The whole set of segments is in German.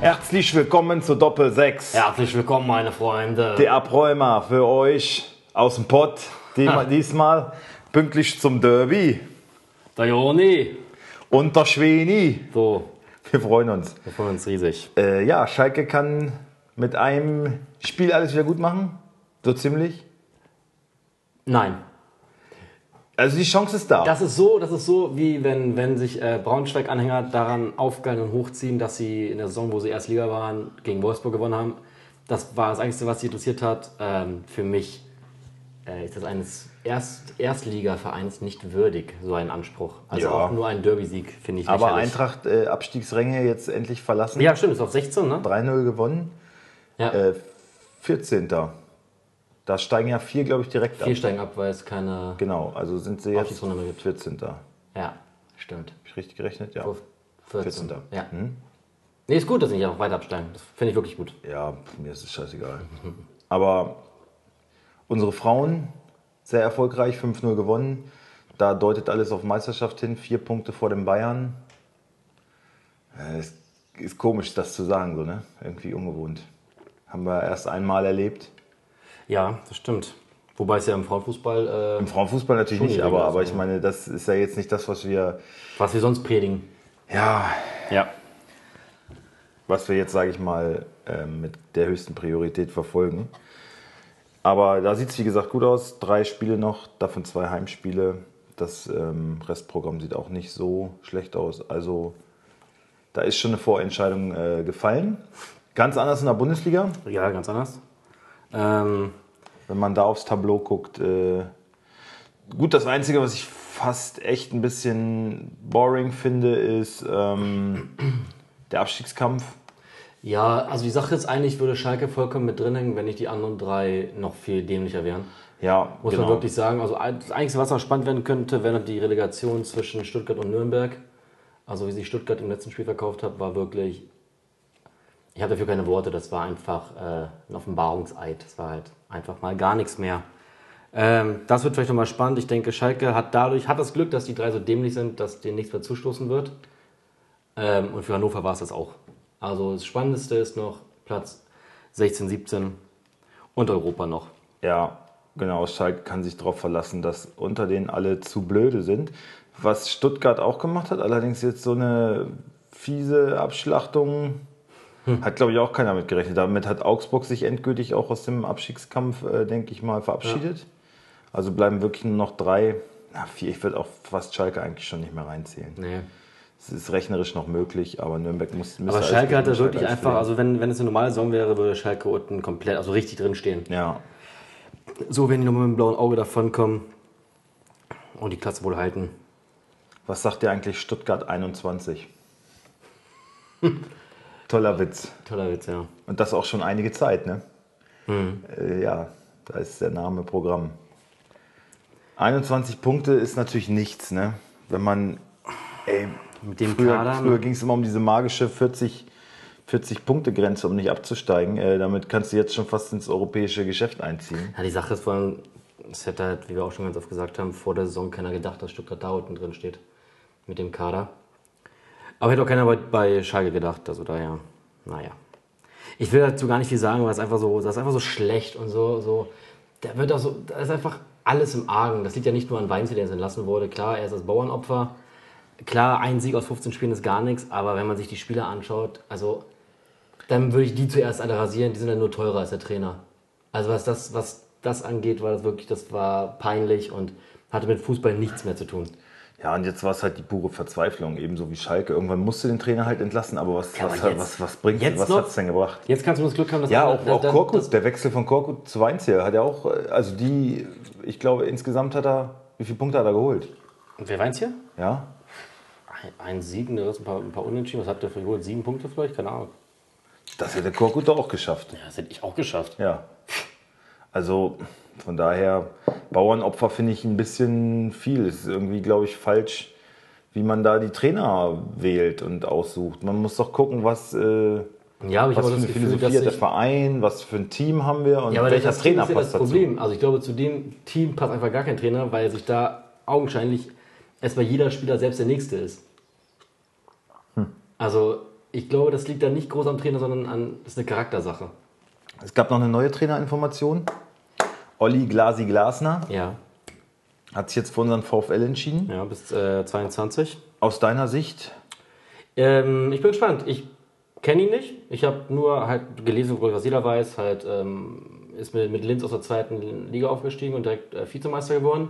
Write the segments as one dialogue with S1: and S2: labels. S1: Herzlich willkommen zu Doppel 6.
S2: Herzlich willkommen, meine Freunde.
S1: Die Abräumer für euch aus dem Pott, die- diesmal pünktlich zum Derby
S2: Der Joni.
S1: und der Schweni.
S2: So,
S1: Wir freuen uns.
S2: wir freuen uns riesig.
S1: Äh, ja, Schalke kann mit einem Spiel alles wieder gut machen. So ziemlich.
S2: Nein,
S1: Also die Chance ist da.
S2: das ist so, das ist so, wie wenn, wenn sich äh, Braunschweig-Anhänger daran aufgeilen und hochziehen, dass sie in der Saison, wo sie erst Liga waren, gegen Wolfsburg gewonnen haben. Das war das Einzige, was sie interessiert hat. Ähm, für mich äh, ist das eines Erst Erstligavereins nicht würdig, so ein Anspruch. Also
S1: Ja.
S2: auch nur ein Derby-Sieg, finde ich
S1: Aber
S2: lächerlich.
S1: Eintracht äh, Abstiegsränge jetzt endlich verlassen.
S2: Ja, stimmt, ist auf 16, ne?
S1: 3-0 gewonnen.
S2: Ja.
S1: Äh, 14. Da steigen ja vier, glaube ich, direkt ab.
S2: Vier steigen ab, weil es keine.
S1: Genau, also sind sie jetzt
S2: Abstiegsrunde mehr gibt.
S1: 14. Habe
S2: Ja, stimmt.
S1: ich richtig gerechnet? Ja.
S2: 14.
S1: 14..
S2: Ja. Nee, ist gut, dass ich auch weiter absteigen. Das finde ich wirklich gut.
S1: Ja, pf, mir ist es scheißegal. Aber unsere Frauen, sehr erfolgreich, 5-0 gewonnen. Da deutet alles auf Meisterschaft hin, vier Punkte vor den Bayern. Äh, Es ist komisch, das zu sagen, so, ne? Irgendwie ungewohnt. Haben wir erst einmal erlebt.
S2: Ja, das stimmt. Wobei es ja im Frauenfußball, äh,
S1: Im Frauenfußball natürlich nicht,
S2: niedriger
S1: aber,
S2: ist,
S1: aber ich
S2: ja.
S1: meine, das ist ja jetzt nicht das, was wir,
S2: äh, was wir sonst predigen.
S1: ja,
S2: Ja.
S1: was wir jetzt, sage ich mal, ähm, mit der höchsten Priorität verfolgen. Aber da sieht es, wie gesagt, gut aus. Drei Spiele noch, davon zwei Heimspiele. Das ähm, Restprogramm sieht auch nicht so schlecht aus. Also da ist schon eine Vorentscheidung äh, gefallen. Ganz anders in der Bundesliga.
S2: Ja, ganz anders. Ähm,
S1: Wenn man da aufs Tableau guckt. Äh, gut, das Einzige, was ich fast echt ein bisschen boring finde, ist ähm, der Abstiegskampf.
S2: ja, also die Sache ist eigentlich, würde Schalke vollkommen mit drin hängen, wenn nicht die anderen drei noch viel dämlicher wären.
S1: Ja, genau.
S2: Muss man wirklich sagen. Also ein- das Einzige, was noch spannend werden könnte, wäre noch die Relegation zwischen Stuttgart und Nürnberg. Also wie sich Stuttgart im letzten Spiel verkauft hat, war wirklich. Ich habe dafür keine Worte, das war einfach äh, ein Offenbarungseid. Das war halt einfach mal gar nichts mehr. Ähm, das wird vielleicht nochmal spannend. Ich denke, Schalke hat dadurch hat das Glück, dass die drei so dämlich sind, dass denen nichts mehr zustoßen wird. Ähm, und für Hannover war es das auch. Also das Spannendste ist noch Platz 16, 17 und Europa noch.
S1: Ja, genau. Schalke kann sich darauf verlassen, dass unter denen alle zu blöde sind. Was Stuttgart auch gemacht hat, allerdings jetzt so eine fiese Abschlachtung,
S2: Hm.
S1: hat glaube ich auch keiner mit gerechnet. Damit hat Augsburg sich endgültig auch aus dem Abstiegskampf, äh, denke ich mal, verabschiedet. Also bleiben wirklich nur noch drei, na, vier. Ich würde auch fast Schalke eigentlich schon nicht mehr reinzählen.
S2: Nee.
S1: Es ist rechnerisch noch möglich, aber Nürnberg muss. müsste
S2: Aber
S1: alles
S2: Schalke hat
S1: gewinnen,
S2: ja wirklich
S1: Schalke als
S2: einfach, also wenn, wenn es eine normale Saison wäre, würde Schalke unten komplett, also richtig drin stehen.
S1: Verlierer. Ja,
S2: So werden die nochmal mit dem blauen Auge davonkommen und die Klasse wohl halten.
S1: Was sagt ihr eigentlich Stuttgart 21? Toller Witz.
S2: Toller Witz, ja.
S1: Und das auch schon einige Zeit, ne?
S2: Hm.
S1: Äh, ja, da ist der Name Programm. 21 Punkte ist natürlich nichts, ne? Wenn man. Ey,
S2: Mit dem
S1: früher
S2: Kader, ne?
S1: früher ging es immer um diese magische 40, 40-Punkte-Grenze, um nicht abzusteigen. Äh, damit kannst du jetzt schon fast ins europäische Geschäft einziehen.
S2: Ja, die Sache ist vor allem, es hätte halt, wie wir auch schon ganz oft gesagt haben, vor der Saison keiner gedacht, dass Stuttgart da unten drin steht. Mit dem Kader. Aber hätte auch keiner bei, bei Schalke gedacht, also daher, naja. Ich will dazu gar nicht viel sagen, weil es einfach so, das ist einfach so schlecht und so, so, da wird auch so, da ist einfach alles im Argen. Das liegt ja nicht nur an Weinzel, der jetzt entlassen wurde. Klar, er ist das Bauernopfer. Klar, ein Sieg aus 15 Spielen ist gar nichts, aber wenn man sich die Spieler anschaut, also, dann würde ich die zuerst alle rasieren, die sind dann nur teurer als der Trainer. Also was das, was das angeht, war das wirklich, das war peinlich und hatte mit Fußball nichts mehr zu tun.
S1: Ja, und jetzt war es halt die pure Verzweiflung, ebenso wie Schalke. Irgendwann musste den Trainer halt entlassen, aber was,
S2: Ja,
S1: was,
S2: aber jetzt-
S1: was, was bringt
S2: jetzt
S1: was
S2: noch?
S1: hat's denn gebracht?
S2: Jetzt kannst du nur das Glück haben, dass
S1: Ja,
S2: alle-
S1: auch,
S2: da-
S1: auch
S2: da-
S1: Korkut,
S2: das-
S1: der Wechsel von Korkut zu Weinzierl hat ja auch, äh, also die, ich glaube, insgesamt hat er, wie viele Punkte hat er geholt?
S2: Und wer weint's hier?
S1: Ja?
S2: Ein, ein Sieg, ne, das ist ein paar, ein paar Unentschieden. Was habt ihr für geholt? Sieben Punkte vielleicht? Keine Ahnung.
S1: Das hätte Korkut doch auch geschafft.
S2: Ja, das hätte ich auch geschafft.
S1: Ja. Also von daher, Bauernopfer finde ich ein bisschen viel. Es ist irgendwie, glaube ich, falsch, wie man da die Trainer wählt und aussucht. Man muss doch gucken, was, äh,
S2: Ja, aber
S1: was
S2: ich habe
S1: für
S2: das
S1: eine
S2: Gefühl,
S1: Philosophie
S2: dass
S1: hat der
S2: ich,
S1: Verein, was für ein Team haben wir und
S2: Ja, aber
S1: welcher
S2: das Trainer
S1: Trainer
S2: ist ja
S1: passt
S2: das
S1: dazu.
S2: Problem. Also ich glaube, zu dem Team passt einfach gar kein Trainer, weil sich da
S1: Hm.
S2: augenscheinlich erstmal jeder Spieler selbst der Nächste ist. Also Ich glaube, das liegt dann nicht groß am Trainer, sondern an, das ist eine Charaktersache.
S1: Es gab noch eine neue Trainerinformation. Olli Glasi Glasner
S2: Ja,
S1: hat sich jetzt für unseren VfL entschieden.
S2: ja bis äh, 22.
S1: Aus deiner Sicht,
S2: Ähm, ich bin gespannt. Ich kenne ihn nicht. Ich habe nur halt gelesen, worüber was jeder weiß. Halt, ähm, ist mit, mit Linz aus der zweiten Liga aufgestiegen und direkt äh, Vizemeister geworden.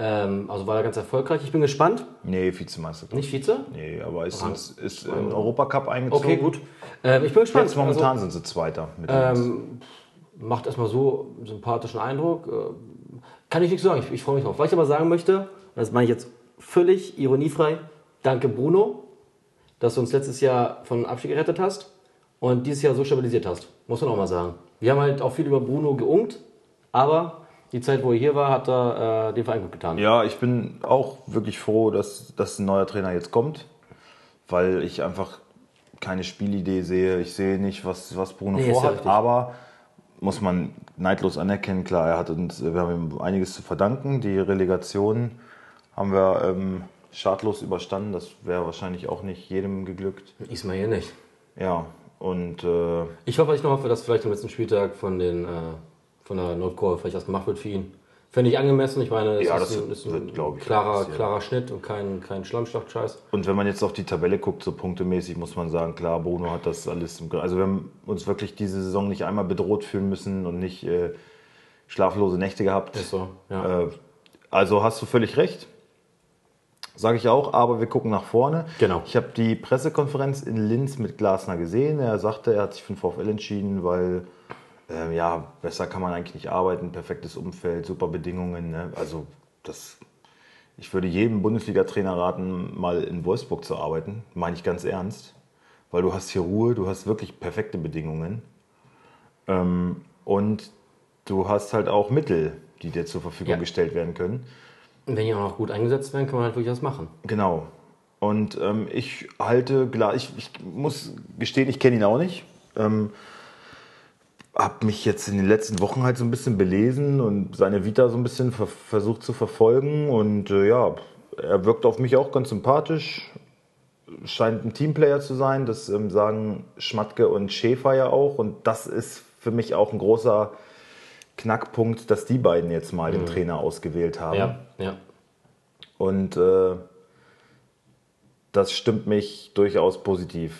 S2: Ähm, also war er ganz erfolgreich. Ich bin gespannt.
S1: nee, Vizemeister. glaub ich.
S2: Nicht Vize?
S1: Nee, aber ist, ins- ist im Europacup eingezogen.
S2: Okay, gut. Ähm, ich bin gespannt.
S1: Jetzt momentan sind sie Zweiter. Mit uns.
S2: Ähm, macht erstmal so einen sympathischen Eindruck. Ähm, Kann ich nichts sagen, ich, ich freue mich drauf. Was ich aber sagen möchte, das meine ich jetzt völlig ironiefrei, danke Bruno, dass du uns letztes Jahr von einem Abstieg gerettet hast und dieses Jahr so stabilisiert hast. Muss man auch mal sagen. Wir haben halt auch viel über Bruno geunkt, aber die Zeit, wo er hier war, hat er äh, den Verein gut getan.
S1: Ja, ich bin auch wirklich froh, dass, dass ein neuer Trainer jetzt kommt, weil ich einfach keine Spielidee sehe. Ich sehe nicht, was, was Bruno
S2: Nee, ist ja
S1: vorhat,
S2: richtig.
S1: aber muss man neidlos anerkennen, klar, er hat uns, wir haben ihm einiges zu verdanken. Die Relegation haben wir ähm, schadlos überstanden. Das wäre wahrscheinlich auch nicht jedem geglückt.
S2: Ismail hier nicht.
S1: Ja, und äh,
S2: Ich hoffe, ich noch hoffe, dass vielleicht am letzten Spieltag von, den, äh, von der Nordkurve vielleicht was gemacht wird für ihn. Fände ich angemessen. Ich meine, es
S1: Ja,
S2: ist
S1: das
S2: ein, ist ein
S1: wird, glaub ich,
S2: klarer,
S1: passieren.
S2: klarer Schnitt und kein, kein Schlammschlacht-Scheiß.
S1: Und wenn man jetzt auf die Tabelle guckt, so punktemäßig, muss man sagen, klar, Bruno hat das alles im Griff. Also wir haben uns wirklich diese Saison nicht einmal bedroht fühlen müssen und nicht äh, schlaflose Nächte gehabt.
S2: Ist so, ja.
S1: Äh, also hast du völlig recht. Sage ich auch, aber wir gucken nach vorne.
S2: Genau.
S1: Ich habe die Pressekonferenz in Linz mit Glasner gesehen. Er sagte, er hat sich für den VfL entschieden, weil ähm, ja, besser kann man eigentlich nicht arbeiten. Perfektes Umfeld, super Bedingungen. Ne? Also das, ich würde jedem Bundesliga-Trainer raten, mal in Wolfsburg zu arbeiten. Meine ich ganz ernst. Weil du hast hier Ruhe, du hast wirklich perfekte Bedingungen. Ähm, und du hast halt auch Mittel, die dir zur Verfügung
S2: Ja.
S1: gestellt werden können.
S2: Und wenn die auch noch gut eingesetzt werden, kann man halt wirklich was machen.
S1: Genau. Und ähm, ich halte, Gla- ich, ich muss gestehen, ich kenne ihn auch nicht. Ähm, habe mich jetzt in den letzten Wochen halt so ein bisschen belesen und seine Vita so ein bisschen ver versucht zu verfolgen. Und äh, ja, er wirkt auf mich auch ganz sympathisch. Scheint ein Teamplayer zu sein. Das ähm, sagen Schmatke und Schäfer ja auch. Und das ist für mich auch ein großer Knackpunkt, dass die beiden jetzt mal den Trainer ausgewählt haben.
S2: Ja, ja.
S1: Und äh, das stimmt mich durchaus positiv.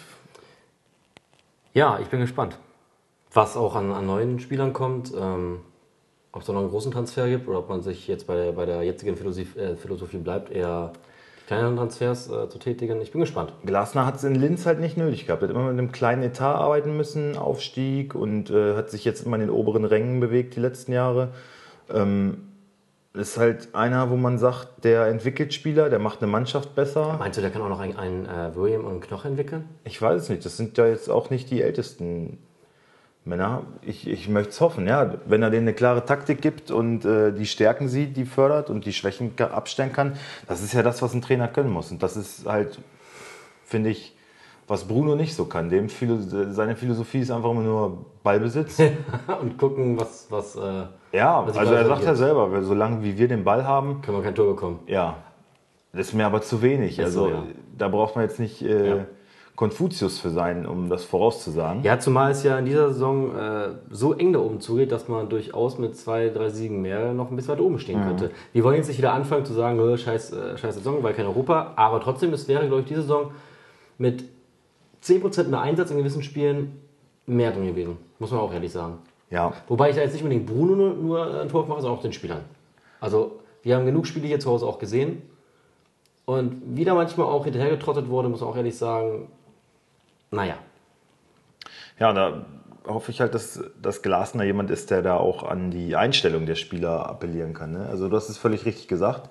S2: Ja, ich bin gespannt. Was auch an, an neuen Spielern kommt, ähm, ob es da noch einen großen Transfer gibt oder ob man sich jetzt bei der, bei der jetzigen Philosophie, äh, Philosophie bleibt, eher kleineren Transfers äh, zu tätigen. Ich bin gespannt.
S1: Glasner hat es in Linz halt nicht nötig gehabt. Er hat immer mit einem kleinen Etat arbeiten müssen, Aufstieg und äh, hat sich jetzt immer in den oberen Rängen bewegt die letzten Jahre. Ähm, ist halt einer, wo man sagt, der entwickelt Spieler, der macht eine Mannschaft besser.
S2: Meinst du, der kann auch noch einen, einen äh, William und einen Knochen entwickeln?
S1: Ich weiß es nicht. Das sind ja jetzt auch nicht die ältesten Männer. Ich, ich möchte es hoffen, ja. Wenn er denen eine klare Taktik gibt und äh, die Stärken sieht, die fördert und die Schwächen ka- abstellen kann, das ist ja das, was ein Trainer können muss. Und das ist halt, finde ich, was Bruno nicht so kann. Dem Philo seine Philosophie ist einfach immer nur Ballbesitz.
S2: und gucken, was, was äh,
S1: ja,
S2: Was ich
S1: also er
S2: glaube,
S1: sagt ja
S2: jetzt-
S1: selber, wir- solange wie wir den Ball haben,
S2: können wir kein Tor bekommen.
S1: ja, das ist mir aber zu wenig.
S2: Ist so,
S1: Also
S2: ja.
S1: da braucht man jetzt nicht äh,
S2: Ja.
S1: Konfuzius für sein, um das vorauszusagen.
S2: Ja, zumal es ja in dieser Saison äh, so eng da oben zugeht, dass man durchaus mit zwei, drei Siegen mehr noch ein bisschen weiter oben stehen könnte. Wir wollen jetzt nicht wieder anfangen zu sagen, äh, scheiß, äh, scheiß Saison, weil kein Europa, aber trotzdem, es wäre, glaube ich, diese Saison mit 10% mehr Einsatz in gewissen Spielen mehr drin gewesen. Muss man auch ehrlich sagen.
S1: ja.
S2: Wobei ich da jetzt nicht unbedingt Bruno nur, nur einen Vorwurf mache, sondern auch den Spielern. Also, wir haben genug Spiele hier zu Hause auch gesehen. Und wieder manchmal auch hinterhergetrottet wurde, muss man auch ehrlich sagen, naja.
S1: Ja, da hoffe ich halt, dass, dass Glasner jemand ist, der da auch an die Einstellung der Spieler appellieren kann. Ne? Also du hast es völlig richtig gesagt.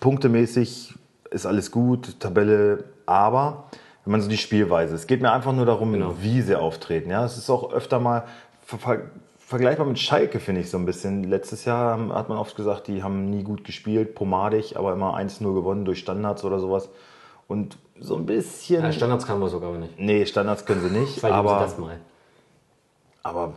S1: Punktemäßig ist alles gut, Tabelle, aber wenn man so die Spielweise, es geht mir einfach nur darum,
S2: Genau.
S1: wie sie auftreten. Ja, es ist auch öfter mal ver ver vergleichbar mit Schalke, finde ich so ein bisschen. Letztes Jahr haben- hat man oft gesagt, die haben nie gut gespielt, pomadig, aber immer 1-0 gewonnen durch Standards oder sowas. Und so ein bisschen.
S2: Ja, äh, Standards kann man sogar aber nicht.
S1: nee, Standards können sie nicht.
S2: Vielleicht aber
S1: aber
S2: das mal.
S1: aber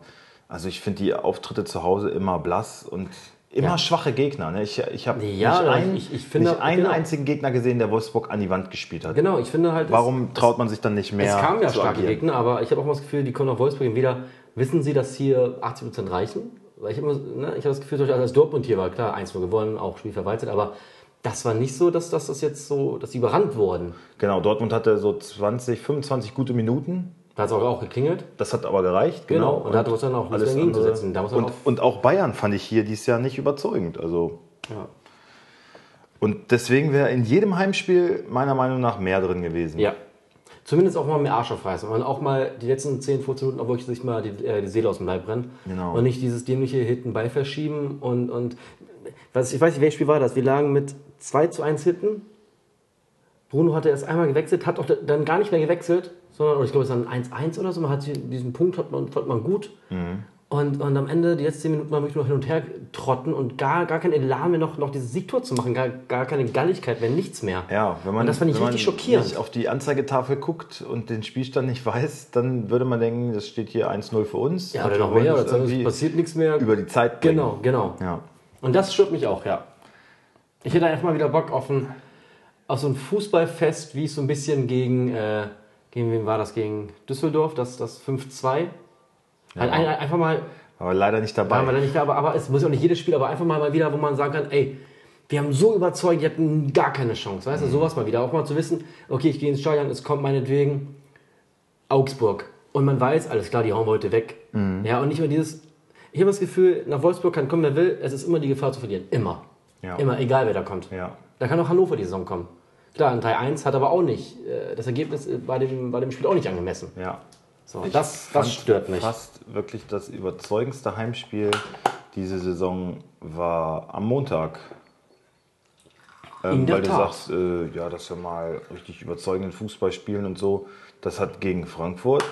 S1: also ich finde die Auftritte zu Hause immer blass und Immer schwache Gegner. Ne? Ich, ich habe
S2: Ja,
S1: nicht, einen,
S2: ich- ich finde-
S1: nicht einen
S2: genau.
S1: einzigen Gegner gesehen, der Wolfsburg an die Wand gespielt hat.
S2: Genau, ich finde halt. es-
S1: Warum traut man sich dann nicht mehr?
S2: Es kamen ja
S1: zu
S2: starke
S1: agieren?
S2: Gegner, aber ich habe auch mal das Gefühl, die kommen nach Wolfsburg wieder. Wissen sie, dass hier 80% reichen? Weil ich habe ne, ich habe das Gefühl, zum Beispiel, als Dortmund hier war, klar, 1-0 gewonnen, auch Spiel verwaltet, aber das war nicht so, dass, dass das jetzt so, dass sie überrannt wurden.
S1: Genau, Dortmund hatte so 20, 25 gute Minuten.
S2: Da hat es auch, auch geklingelt.
S1: Das hat aber gereicht.
S2: Genau,
S1: Genau.
S2: und da hat Russland auch nichts
S1: alles
S2: dagegen zu
S1: andere-
S2: setzen. Da muss man
S1: und,
S2: auch-
S1: und auch Bayern fand ich hier dieses Jahr nicht überzeugend. Also.
S2: Ja.
S1: Und deswegen wäre in jedem Heimspiel meiner Meinung nach mehr drin gewesen.
S2: Ja. Zumindest auch mal mehr Arsch aufreißen. Und auch mal die letzten 10, 15 Minuten auch wirklich sich mal die, äh, die Seele aus dem Leib brennen.
S1: Genau.
S2: Und nicht dieses dämliche hinten Ball verschieben und, und was, ich weiß nicht, welches Spiel war das? Wir lagen mit 2 zu 1 hinten. Bruno hatte erst einmal gewechselt, hat auch da- dann gar nicht mehr gewechselt, sondern oder ich glaube, es war ein 1-1 oder so. Man hat sie- diesen Punkt hat man, fand man gut.
S1: Mhm.
S2: Und, und am Ende, die letzten 10 Minuten, war wirklich nur hin und her trotten und gar, gar kein Elan mehr, noch, noch dieses Siegtor zu machen, gar, gar keine Galligkeit mehr, nichts mehr.
S1: Ja, wenn man,
S2: Und das fand ich
S1: wenn man
S2: richtig schockierend.
S1: nicht auf die Anzeigetafel guckt und den Spielstand nicht weiß, dann würde man denken, das steht hier 1-0 für uns.
S2: Ja,
S1: Und
S2: oder
S1: wir
S2: noch
S1: wollen
S2: mehr,
S1: es
S2: oder sonst
S1: irgendwie
S2: passiert nichts mehr.
S1: über die Zeit bringen.
S2: genau, genau.
S1: Ja.
S2: Und das stört mich auch, ja. Ich hätte einfach mal wieder Bock auf, ein, auf so ein Fußballfest, wie es so ein bisschen gegen, äh, gegen wen war das? Gegen Düsseldorf, das, das 5-2. Halt ein, einfach mal,
S1: Aber leider nicht dabei.
S2: waren wir da nicht da, aber, aber es muss ja auch nicht jedes Spiel, aber einfach mal, mal wieder, wo man sagen kann, ey, wir haben so überzeugt, ihr hatten gar keine Chance,
S1: Mhm.
S2: weißt du, sowas mal wieder. Auch mal zu wissen, okay, ich gehe ins Stadion, es kommt meinetwegen Augsburg. Und man weiß, alles klar, die hauen wir heute weg.
S1: Mhm.
S2: Ja, und nicht mehr dieses, ich habe das Gefühl, nach Wolfsburg kann kommen, wer will, es ist immer die Gefahr zu verlieren. Immer.
S1: Ja.
S2: Immer, egal wer da kommt.
S1: Ja.
S2: Da kann auch Hannover die Saison kommen. Klar, ein 3-1 hat aber auch nicht, äh, das Ergebnis äh, bei dem, bei dem Spiel auch nicht angemessen.
S1: Ja.
S2: So, das, das stört mich.
S1: Fast wirklich das überzeugendste Heimspiel diese Saison war am Montag.
S2: In
S1: Ähm,
S2: der
S1: weil du
S2: Tat.
S1: sagst, äh, ja, dass wir mal richtig überzeugenden Fußball spielen und so. Das hat gegen Frankfurt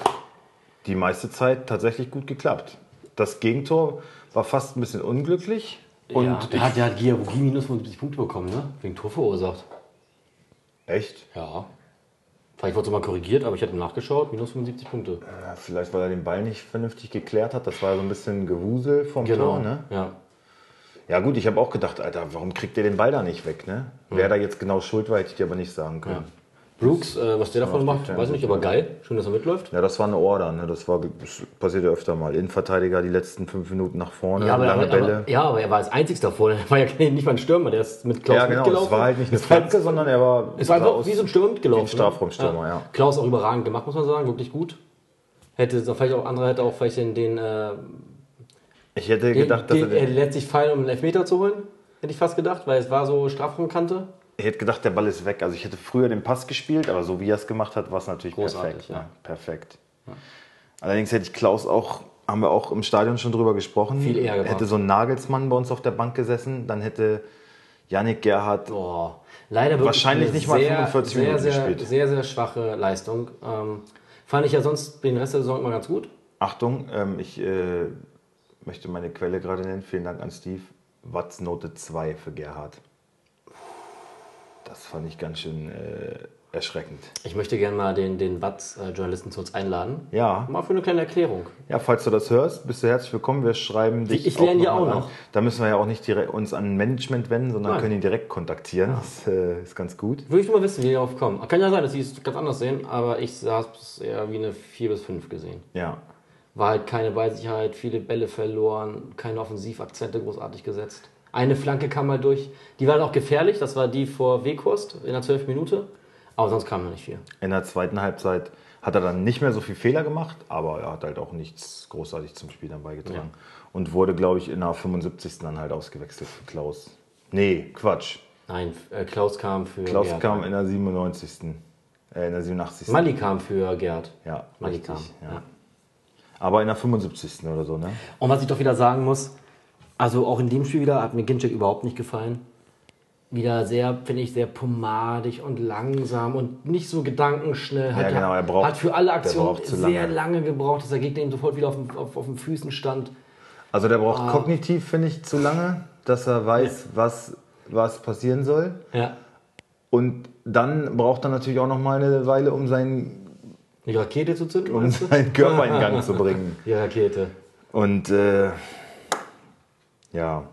S1: die meiste Zeit tatsächlich gut geklappt. Das Gegentor war fast ein bisschen unglücklich. Und
S2: ja, der
S1: ich,
S2: hat, der hat Giarugi minus 75 Punkte bekommen, ne? Wegen Tor verursacht.
S1: echt?
S2: Ja. Vielleicht wurde es mal korrigiert, aber ich hatte nachgeschaut, minus 75 Punkte.
S1: Ja, vielleicht, weil er den Ball nicht vernünftig geklärt hat. Das war so ein bisschen Gewusel vom
S2: Genau.
S1: Tor, ne?
S2: Ja.
S1: Ja gut, ich habe auch gedacht, Alter, warum kriegt ihr den Ball da nicht weg, ne? Wer da jetzt genau schuld war, hätte ich dir aber nicht sagen können.
S2: Brooks, äh, was der davon macht,
S1: Fernsehen.
S2: weiß nicht, aber geil. Schön, dass er mitläuft.
S1: Ja, das war eine Order, ne? Das, war, das passiert ja öfter mal. Innenverteidiger die letzten fünf Minuten nach vorne,
S2: aber,
S1: lange
S2: aber,
S1: Bälle.
S2: ja, aber er war als einzigster davor. Er war ja kein- nicht mal ein Stürmer, der ist mit Klaus
S1: ja, genau,
S2: mitgelaufen.
S1: das war halt nicht eine
S2: Es war,
S1: Flanke, sondern er war,
S2: es war
S1: sah
S2: einfach
S1: aus-
S2: wie so ein Stürmer
S1: wie
S2: mitgelaufen.
S1: ein Strafraumstürmer,
S2: ne?
S1: ja.
S2: Klaus auch überragend gemacht, muss man sagen, wirklich gut. Hätte es auch vielleicht auch, andere hätte auch vielleicht den, den, äh,
S1: Ich hätte
S2: den,
S1: gedacht, dass er
S2: den er
S1: den,
S2: letztlich fallen, um einen Elfmeter zu holen. Hätte ich fast gedacht, weil es war so Strafraumkante.
S1: ich hätte gedacht, der Ball ist weg. Also ich hätte früher den Pass gespielt, aber so wie er es gemacht hat, war es natürlich
S2: Großartig,
S1: perfekt.
S2: ja.
S1: Ne? Perfekt. Allerdings hätte ich Klaus auch, haben wir auch im Stadion schon drüber gesprochen,
S2: Viel eher gemacht.
S1: hätte so ein Nagelsmann bei uns auf der Bank gesessen, dann hätte Yannick Gerhardt
S2: Boah, leider wirklich
S1: Wahrscheinlich
S2: eine
S1: nicht mal
S2: sehr,
S1: 45
S2: sehr,
S1: Minuten
S2: sehr,
S1: gespielt.
S2: Sehr, sehr schwache Leistung. Ähm, fand ich ja sonst den Rest der Saison immer ganz gut.
S1: Achtung, ähm, ich äh, möchte meine Quelle gerade nennen. Vielen Dank an Steve. Watts Note 2 für Gerhard. Das fand ich ganz schön äh, erschreckend.
S2: Ich möchte gerne mal den, den Watz-Journalisten zu uns einladen.
S1: Ja.
S2: Mal für eine kleine Erklärung.
S1: ja, falls du das hörst, bist du herzlich willkommen. Wir schreiben dich.
S2: ich lerne ja
S1: nochmal
S2: auch
S1: an.
S2: noch.
S1: Da müssen wir ja auch nicht direkt uns an Management wenden, sondern
S2: Nein.
S1: können ihn direkt kontaktieren. Das äh, ist ganz gut.
S2: Würde ich nur mal wissen, wie die darauf kommen. Kann ja sein, dass sie es ganz anders sehen, aber ich sah es eher wie eine 4 bis 5 gesehen.
S1: Ja.
S2: War halt keine Ballsicherheit, viele Bälle verloren, keine Offensivakzente großartig gesetzt. Eine Flanke kam mal durch. Die war dann auch gefährlich, das war die vor Weghorst in der 12. Minute. Aber sonst kam noch nicht viel.
S1: In der zweiten Halbzeit hat er dann nicht mehr so viel Fehler gemacht, aber er hat halt auch nichts großartig zum Spiel dann beigetragen. Und wurde, glaube ich, in der 75. dann halt ausgewechselt für Klaus. Nee, Quatsch.
S2: Nein, äh, Klaus kam für.
S1: Klaus
S2: Gerd.
S1: kam in der 97. Äh, in der 87.
S2: Mali kam für Gerd.
S1: ja,
S2: Mali
S1: richtig,
S2: kam.
S1: ja.
S2: Ja.
S1: Aber in der 75. oder so, ne?
S2: Und was ich doch wieder sagen muss, also auch in dem Spiel wieder hat mir Ginczek überhaupt nicht gefallen. Wieder sehr, finde ich, sehr pomadig und langsam und nicht so gedankenschnell. Hat,
S1: Ja, genau, er braucht-
S2: hat für alle
S1: der
S2: Aktionen
S1: braucht zu
S2: sehr
S1: lange.
S2: lange gebraucht, dass der Gegner ihm sofort wieder auf, den- auf, auf den Füßen stand.
S1: Also der
S2: Ah.
S1: braucht kognitiv, finde ich, zu lange, dass er weiß, was, was passieren soll.
S2: Ja.
S1: Und dann braucht er natürlich auch noch mal eine Weile, um seinen,
S2: Die Rakete zu zünden,
S1: um
S2: meinst du?
S1: seinen Körper in Gang zu bringen.
S2: Die Rakete.
S1: Und äh, ja,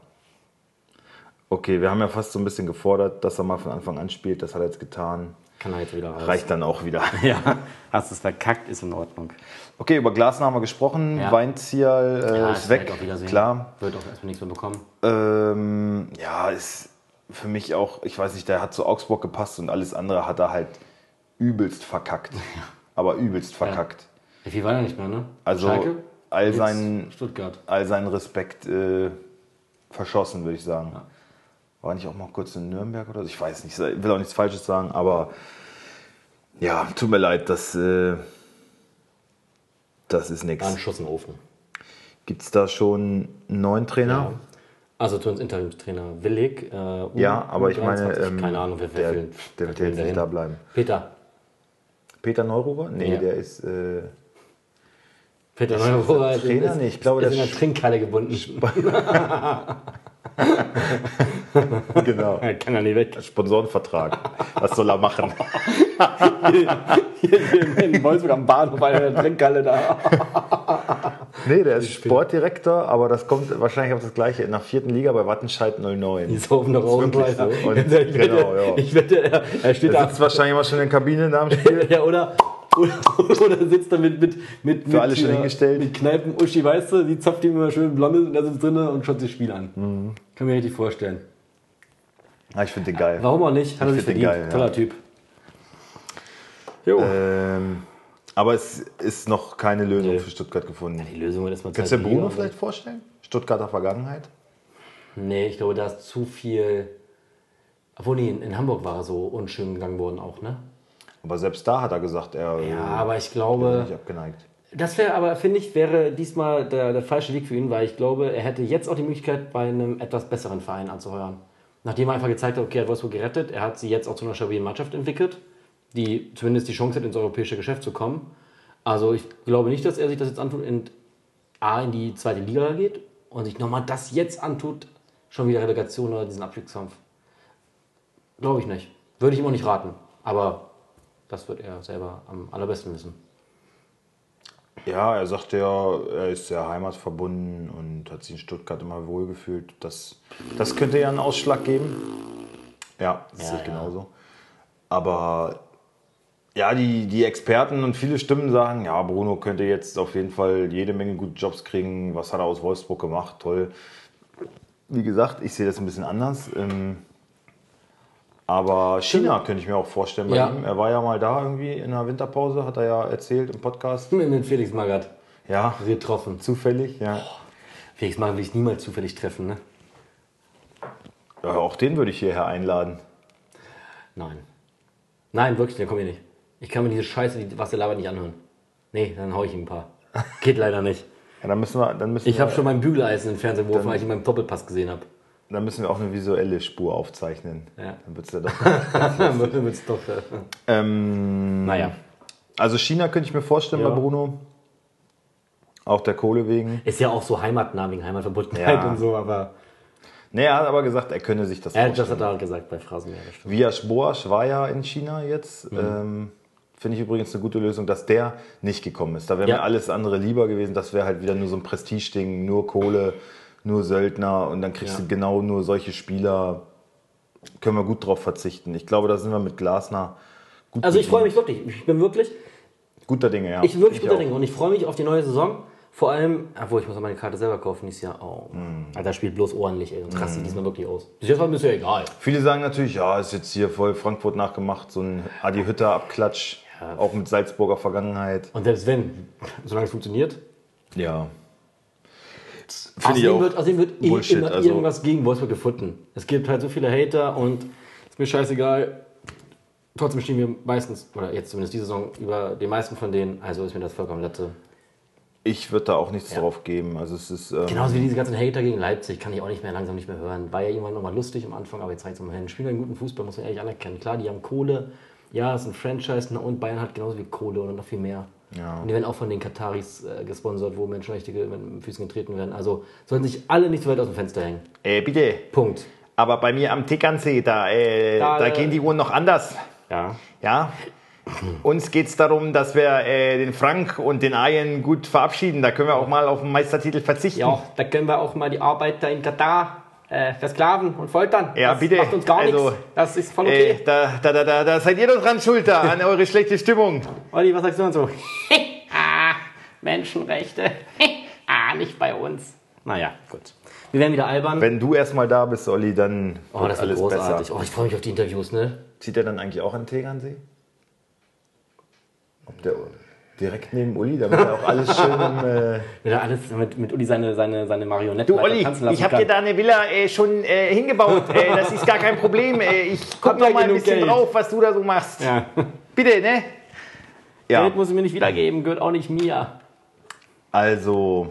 S1: Okay, wir haben ja fast so ein bisschen gefordert, dass er mal von Anfang an spielt. Das hat er jetzt getan.
S2: Kann er jetzt wieder raus.
S1: Reicht dann auch wieder.
S3: Ja, hast es verkackt, ist in Ordnung.
S1: Okay, über Glasner haben wir gesprochen.
S2: Ja.
S1: Weinzierl äh,
S2: Ja,
S1: ist
S2: das
S1: weg.
S2: wird Auch wiedersehen.
S1: Klar.
S2: Wird auch erstmal nichts mehr bekommen.
S1: Ähm, ja, ist für mich auch, ich weiß nicht, der hat zu Augsburg gepasst und alles andere hat er halt übelst verkackt. Aber übelst verkackt.
S2: Wie viel war da nicht mehr, ne?
S1: Also
S2: Schalke?
S1: all
S2: Jetzt
S1: seinen
S2: Stuttgart.
S1: all seinen Respekt äh, verschossen, würde ich sagen. War nicht auch mal kurz in Nürnberg oder so? Ich weiß nicht, ich will auch nichts Falsches sagen, aber ja, tut mir leid, das, äh, das ist
S2: War ein
S1: nichts.
S2: Schuss in den Ofen.
S1: Gibt es da schon einen neuen Trainer?
S2: Also zu uns Interimstrainer Willig. Äh, U-
S1: Ja, aber ich meine,
S2: 23,
S1: ähm,
S2: keine Ahnung, wer wer
S1: der,
S2: will-
S1: der
S2: wer
S1: wird
S2: will
S1: ja jetzt nicht
S2: dahin?
S1: da bleiben.
S2: Peter.
S1: Peter Neururer? Nee,
S2: Ja.
S1: der ist äh,
S2: Peter Neurohr.
S1: Trainer? Nee, ich glaube,
S2: ist
S1: der
S2: in der
S1: Sch-
S2: Trinkhalle gebunden.
S1: genau.
S2: Kann er nicht weg.
S1: Sponsorenvertrag. Was soll er machen?
S3: In Wolfsburg am Bahnhof eine Trinkhalle da.
S1: Nee, der ist Sportdirektor, aber das kommt wahrscheinlich auf das gleiche. In der vierten Liga bei Wattenscheid 09.
S2: Die saufen doch auch
S1: wirklich
S2: weiter.
S1: so. Und-
S2: ich wette,
S1: genau, ja.
S2: ich wette er, er steht
S1: Der
S2: da.
S1: sitzt wahrscheinlich immer schon in der Kabine ne? nach dem Spiel.
S2: Ja, oder, oder, oder sitzt da mit, mit, mit, mit,
S1: alle schon
S2: äh,
S1: hingestellt.
S2: mit Kneipen Uschi, weißt du, die zapft ihm immer schön blondes und da sitzt drinnen und schaut sich das Spiel an.
S1: Mhm.
S2: Kann mir richtig vorstellen.
S1: Ah, ich finde den geil.
S2: Warum auch nicht? Hat er
S1: Ich
S2: sich
S1: find
S2: verdient.
S1: den geil, ja.
S2: Toller Typ. Jo.
S1: Ähm, aber es ist noch keine Lösung
S2: Nee.
S1: für Stuttgart gefunden.
S2: die Lösung wird erstmal
S1: Kannst du dir Bruno vielleicht vorstellen? Stuttgarter Vergangenheit?
S2: Nee, ich glaube, da ist zu viel. Obwohl, nee, in Hamburg war er so unschön gegangen worden auch, ne?
S1: Aber selbst da hat er gesagt, er
S2: Ja,
S1: ja,
S2: aber ich
S1: bin
S2: glaube.
S1: nicht abgeneigt.
S2: Das wäre aber, finde ich, wäre diesmal der, der falsche Weg für ihn, weil ich glaube, er hätte jetzt auch die Möglichkeit, bei einem etwas besseren Verein anzuheuern. Nachdem er einfach gezeigt hat, okay, er hat Wolfsburg gerettet, er hat sie jetzt auch zu einer stabilen Mannschaft entwickelt, die zumindest die Chance hat, ins europäische Geschäft zu kommen. Also ich glaube nicht, dass er sich das jetzt antut und A, in die zweite Liga geht und sich nochmal das jetzt antut, schon wieder Relegation oder diesen Abstiegskampf. Glaube ich nicht. Würde ich ihm auch nicht raten. Aber das wird er selber am allerbesten wissen.
S1: Ja, er sagt ja, er ist sehr heimatverbunden und hat sich in Stuttgart immer wohlgefühlt. Das, das könnte ja einen Ausschlag geben. Ja, das
S2: Ja,
S1: sehe ich
S2: ja.
S1: genauso. Aber ja, die, die Experten und viele Stimmen sagen, ja, Bruno könnte jetzt auf jeden Fall jede Menge gute Jobs kriegen. Was hat er aus Wolfsburg gemacht? Toll. Wie gesagt, ich sehe das ein bisschen anders. Ähm, aber China könnte ich mir auch vorstellen bei
S2: Ja.
S1: ihm. Er war ja mal da irgendwie in der Winterpause, hat er ja erzählt im Podcast.
S2: Mit mit Felix Magath
S1: Ja,
S2: getroffen.
S1: Zufällig, ja.
S2: Felix Magath will ich niemals zufällig treffen, ne?
S1: ja. Auch den würde ich hierher einladen.
S2: Nein. Nein, wirklich, der kommt hier nicht. Ich kann mir diese Scheiße, die, was der labert, nicht anhören. Nee, dann hau ich ihm ein paar. Geht leider nicht.
S1: Ja, dann müssen wir, dann müssen
S2: Ich
S1: wir,
S2: habe schon mein Bügeleisen im Fernsehen geworfen, weil ich ihn beim Doppelpass gesehen habe.
S1: dann müssen wir auch eine visuelle Spur aufzeichnen.
S2: Ja.
S1: Dann wird's ja doch.
S2: Dann wird's doch. Äh,
S1: ähm,
S2: naja.
S1: also China könnte ich mir vorstellen
S2: Ja.
S1: bei Bruno. Auch der Kohle wegen.
S2: Ist ja auch so heimatnah wegen Heimatverbundenheit
S1: Ja.
S2: und so, aber.
S1: Nee, er hat aber gesagt, er könne sich das
S2: Ja,
S1: vorstellen.
S2: das hat er auch gesagt bei Phrasen, ja, das stimmt.
S1: Vias Boas war ja in China jetzt.
S2: Mhm.
S1: Ähm, Finde ich übrigens eine gute Lösung, dass der nicht gekommen ist. Da wäre
S2: Ja.
S1: mir alles andere lieber gewesen. Das wäre halt wieder nur so ein Prestigeding, nur Kohle, nur Söldner und dann kriegst
S2: Ja.
S1: du genau nur solche Spieler. Können wir gut drauf verzichten. Ich glaube, da sind wir mit Glasner gut
S2: Also ich
S1: bedient.
S2: freue mich wirklich. Ich bin wirklich,
S1: guter Dinge. Ja.
S2: ich bin wirklich guter
S1: auch.
S2: Dinge und ich freue mich auf die neue Saison. Vor allem, obwohl ich muss ja meine Karte selber kaufen dieses Jahr. Oh,
S1: Mhm.
S2: Alter, spielt bloß ordentlich, ey. Und rastet diesmal wirklich aus. Bis jetzt war mir das ja egal.
S1: Viele sagen natürlich, ja, ist jetzt hier voll Frankfurt nachgemacht, so ein Adi Hütter Abklatsch,
S2: Ja.
S1: auch mit Salzburger Vergangenheit.
S2: Und selbst wenn, solange es funktioniert,
S1: Ja. Finde ich
S2: außerdem
S1: auch.
S2: wird, außerdem wird eh
S1: Bullshit,
S2: immer
S1: also-
S2: irgendwas gegen Wolfsburg gefunden. Es gibt halt so viele Hater und ist mir scheißegal. Trotzdem stehen wir meistens, oder jetzt zumindest diese Saison, über den meisten von denen. Also ist mir das vollkommen Latte.
S1: Ich würde da auch nichts drauf geben. Also es ist ähm,
S2: Genauso wie diese ganzen Hater gegen Leipzig, kann ich auch nicht mehr langsam nicht mehr hören. War ja irgendwann nochmal lustig am Anfang, aber jetzt reicht es mal hin. Spieler einen guten Fußball, muss man ehrlich anerkennen. Klar, die haben Kohle, ja, ist ein Franchise, na und Bayern hat genauso viel Kohle und noch viel mehr.
S1: Ja.
S2: Und die werden auch von den Kataris äh, gesponsert, wo Menschenrechte ge- mit den Füßen getreten werden. Also sollten sich alle nicht so weit aus dem Fenster hängen.
S1: Äh, bitte.
S2: Punkt.
S1: Aber bei mir am Tegernsee, da, äh,
S2: Da,
S1: da,
S2: äh,
S1: gehen die Uhren noch anders.
S2: Ja.
S1: Ja? Uns geht es darum, dass wir äh, den Frank und den Ayen gut verabschieden. Da können wir auch mal auf den Meistertitel verzichten.
S2: Ja, da können wir auch mal die Arbeiter in Katar
S4: äh, versklaven und foltern.
S1: Ja,
S4: das
S1: bitte.
S4: macht uns gar
S1: Also, äh,
S4: nichts. Das ist voll okay.
S1: Ey, da, da, da, da, da seid ihr doch dran schuld da, an eure schlechte Stimmung.
S4: Olli, was sagst du dazu? ah, Menschenrechte. ah, nicht bei uns.
S2: Naja, gut. Wir werden wieder albern.
S1: Wenn du erstmal da bist, Olli, dann
S2: oh, das wird großartig. Oh, ich freue mich auf die Interviews, ne?
S1: Zieht er dann eigentlich auch an Tegernsee? Ob der direkt neben Uli, damit er auch alles schön im... Äh
S2: Wenn er alles mit, mit Uli seine, seine, seine Marionetten
S1: Du
S2: weiter
S1: Olli,
S2: tanzen lassen
S1: ich habe
S2: kann.
S1: dir da eine Villa äh, schon äh, hingebaut. Äh, das ist gar kein Problem. Äh, ich guck
S2: Hab
S1: noch
S2: ja
S1: mal ein
S2: genug
S1: bisschen
S2: Geld.
S1: drauf, was du da so machst.
S2: Ja.
S1: Bitte, ne? Ja,
S2: Geld muss ich mir nicht wiedergeben, gehört auch nicht mir.
S1: also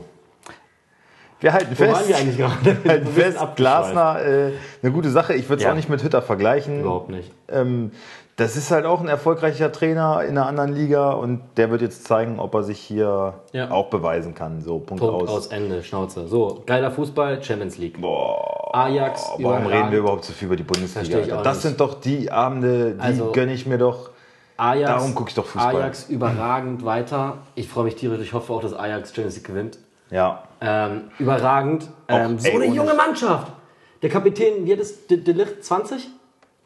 S1: wir halten
S2: Wo waren
S1: fest.
S2: wir eigentlich gerade?
S1: Wir halten
S2: Wir sind
S1: fest,
S2: abgeschweift.
S1: Glasner, äh, eine gute Sache. Ich würde es
S2: Ja.
S1: auch nicht mit Hütter vergleichen.
S2: Überhaupt nicht.
S1: Ähm, das ist halt auch ein erfolgreicher Trainer in einer anderen Liga und der wird jetzt zeigen, ob er sich hier
S2: Ja.
S1: auch beweisen kann. So, Punkt,
S2: Punkt
S1: aus.
S2: aus. Ende, Schnauze. So, geiler Fußball, Champions League.
S1: Boah.
S2: Ajax,
S1: Warum
S2: überragend.
S1: reden wir überhaupt so viel über die Bundesliga?
S2: Verstehe ich auch
S1: das
S2: nicht.
S1: sind doch die Abende, die
S2: Also-
S1: gönne ich mir doch.
S2: Ajax,
S1: Darum guck ich doch Fußball.
S2: Ajax überragend weiter. Ich freue mich tierisch. Ich hoffe auch, dass Ajax Champions League gewinnt.
S1: Ja.
S2: Ähm, überragend. Ähm, so
S1: ey,
S2: eine
S1: ohne-
S2: junge Mannschaft. Der Kapitän, wie hat es? De, De Ligt, 20?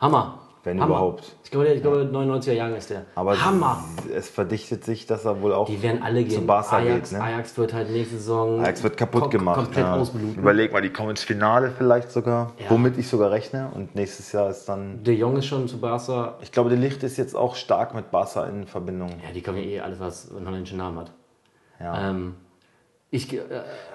S2: Hammer.
S1: Wenn
S2: Hammer.
S1: überhaupt.
S2: Ich glaube, der, ich glaube 99er Jahre ist der.
S1: Aber
S2: Hammer.
S1: es verdichtet sich, dass er wohl auch
S2: Die werden alle gehen.
S1: zu Barca
S2: Ajax,
S1: geht. Ne? Ajax,
S2: Ajax wird halt nächste Saison.
S1: wird kaputt
S2: kom-
S1: gemacht.
S2: Komplett
S1: ja.
S2: ausbluten.
S1: Überleg mal, die kommen ins Finale vielleicht sogar,
S2: Ja.
S1: womit ich sogar rechne. Und nächstes Jahr ist dann.
S2: De Jong ist schon zu Barca.
S1: Ich glaube, der Licht ist jetzt auch stark mit Barca in Verbindung.
S2: Ja, die kommen ja eh alles, was einen holländischen Namen hat.
S1: Ja.
S2: Ähm, ich, ge- äh,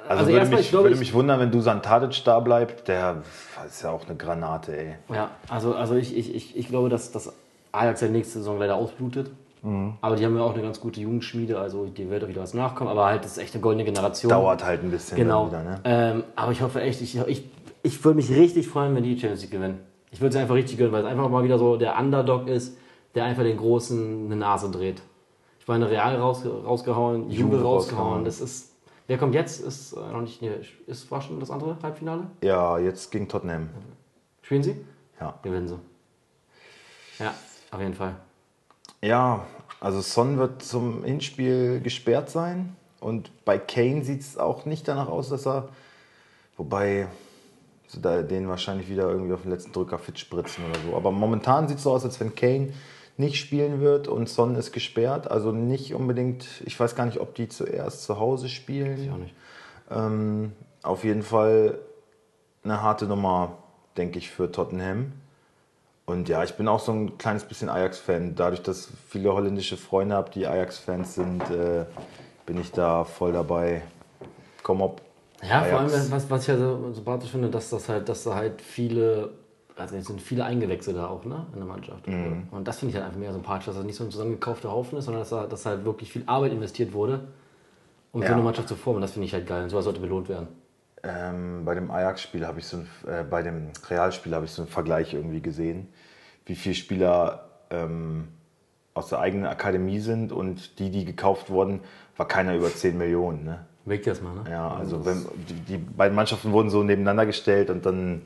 S1: also
S2: also
S1: würde,
S2: erstmal,
S1: mich,
S2: ich glaube,
S1: würde
S2: ich-
S1: mich wundern, wenn du Santadic da bleibt. Der ist ja auch eine Granate, ey.
S2: Ja, also, also ich, ich, ich, ich glaube, dass, dass Ajax ja nächste Saison leider ausblutet.
S1: Mhm.
S2: Aber die haben ja auch eine ganz gute Jugendschmiede, also die wird auch wieder was nachkommen. Aber halt, das ist echt eine goldene Generation.
S1: Dauert halt ein bisschen
S2: Genau.
S1: dann wieder, ne?
S2: ähm, aber ich hoffe echt, ich, ich, ich würde mich richtig freuen, wenn die Champions League gewinnen. Ich würde es einfach richtig gönnen, weil es einfach mal wieder so der Underdog ist, der einfach den Großen eine Nase dreht. Ich meine, Real raus, rausgehauen, Jubel,
S1: Juve
S2: rausgehauen.
S1: rausgehauen.
S2: Das ist. Wer kommt jetzt? Ist äh, noch nicht. Nee, ist, war schon das andere Halbfinale?
S1: Ja, jetzt gegen Tottenham.
S2: Spielen sie?
S1: Ja.
S2: Gewinnen sie. Ja, auf jeden Fall.
S1: Ja, also Son wird zum Hinspiel gesperrt sein. Und bei Kane sieht es auch nicht danach aus, dass er. Wobei sie da den wahrscheinlich wieder irgendwie auf den letzten Drücker fit spritzen oder so. Aber momentan sieht es so aus, als wenn Kane nicht spielen wird und Son ist gesperrt. Also nicht unbedingt. Ich weiß gar nicht, ob die zuerst zu Hause spielen.
S2: Auch nicht.
S1: Ähm, auf jeden Fall eine harte Nummer, denke ich, für Tottenham. Und ja, ich bin auch so ein kleines bisschen Ajax-Fan. Dadurch, dass ich viele holländische Freunde habe, die Ajax-Fans sind, äh, bin ich da voll dabei. Komm ob.
S2: Ja, vor
S1: Ajax.
S2: allem, was, was ich ja so sympathisch finde, dass das halt, dass da halt viele, also jetzt sind viele Eingewechselte da auch, ne, in der Mannschaft.
S1: Mhm.
S2: Und das finde ich halt einfach mehr sympathisch, dass das nicht so ein zusammengekaufter Haufen ist, sondern dass da dass halt wirklich viel Arbeit investiert wurde, um
S1: Ja.
S2: so eine Mannschaft zu formen. Das finde ich halt geil. Und sowas sollte belohnt werden.
S1: Ähm, bei dem Ajax-Spiel habe ich so ein, äh, bei dem Realspiel habe ich so einen Vergleich irgendwie gesehen, wie viele Spieler ähm, aus der eigenen Akademie sind und die, die gekauft wurden, war keiner über 10 Millionen. Ne?
S2: Weg das mal, ne?
S1: Ja, also wenn, die, die beiden Mannschaften wurden so nebeneinander gestellt und dann.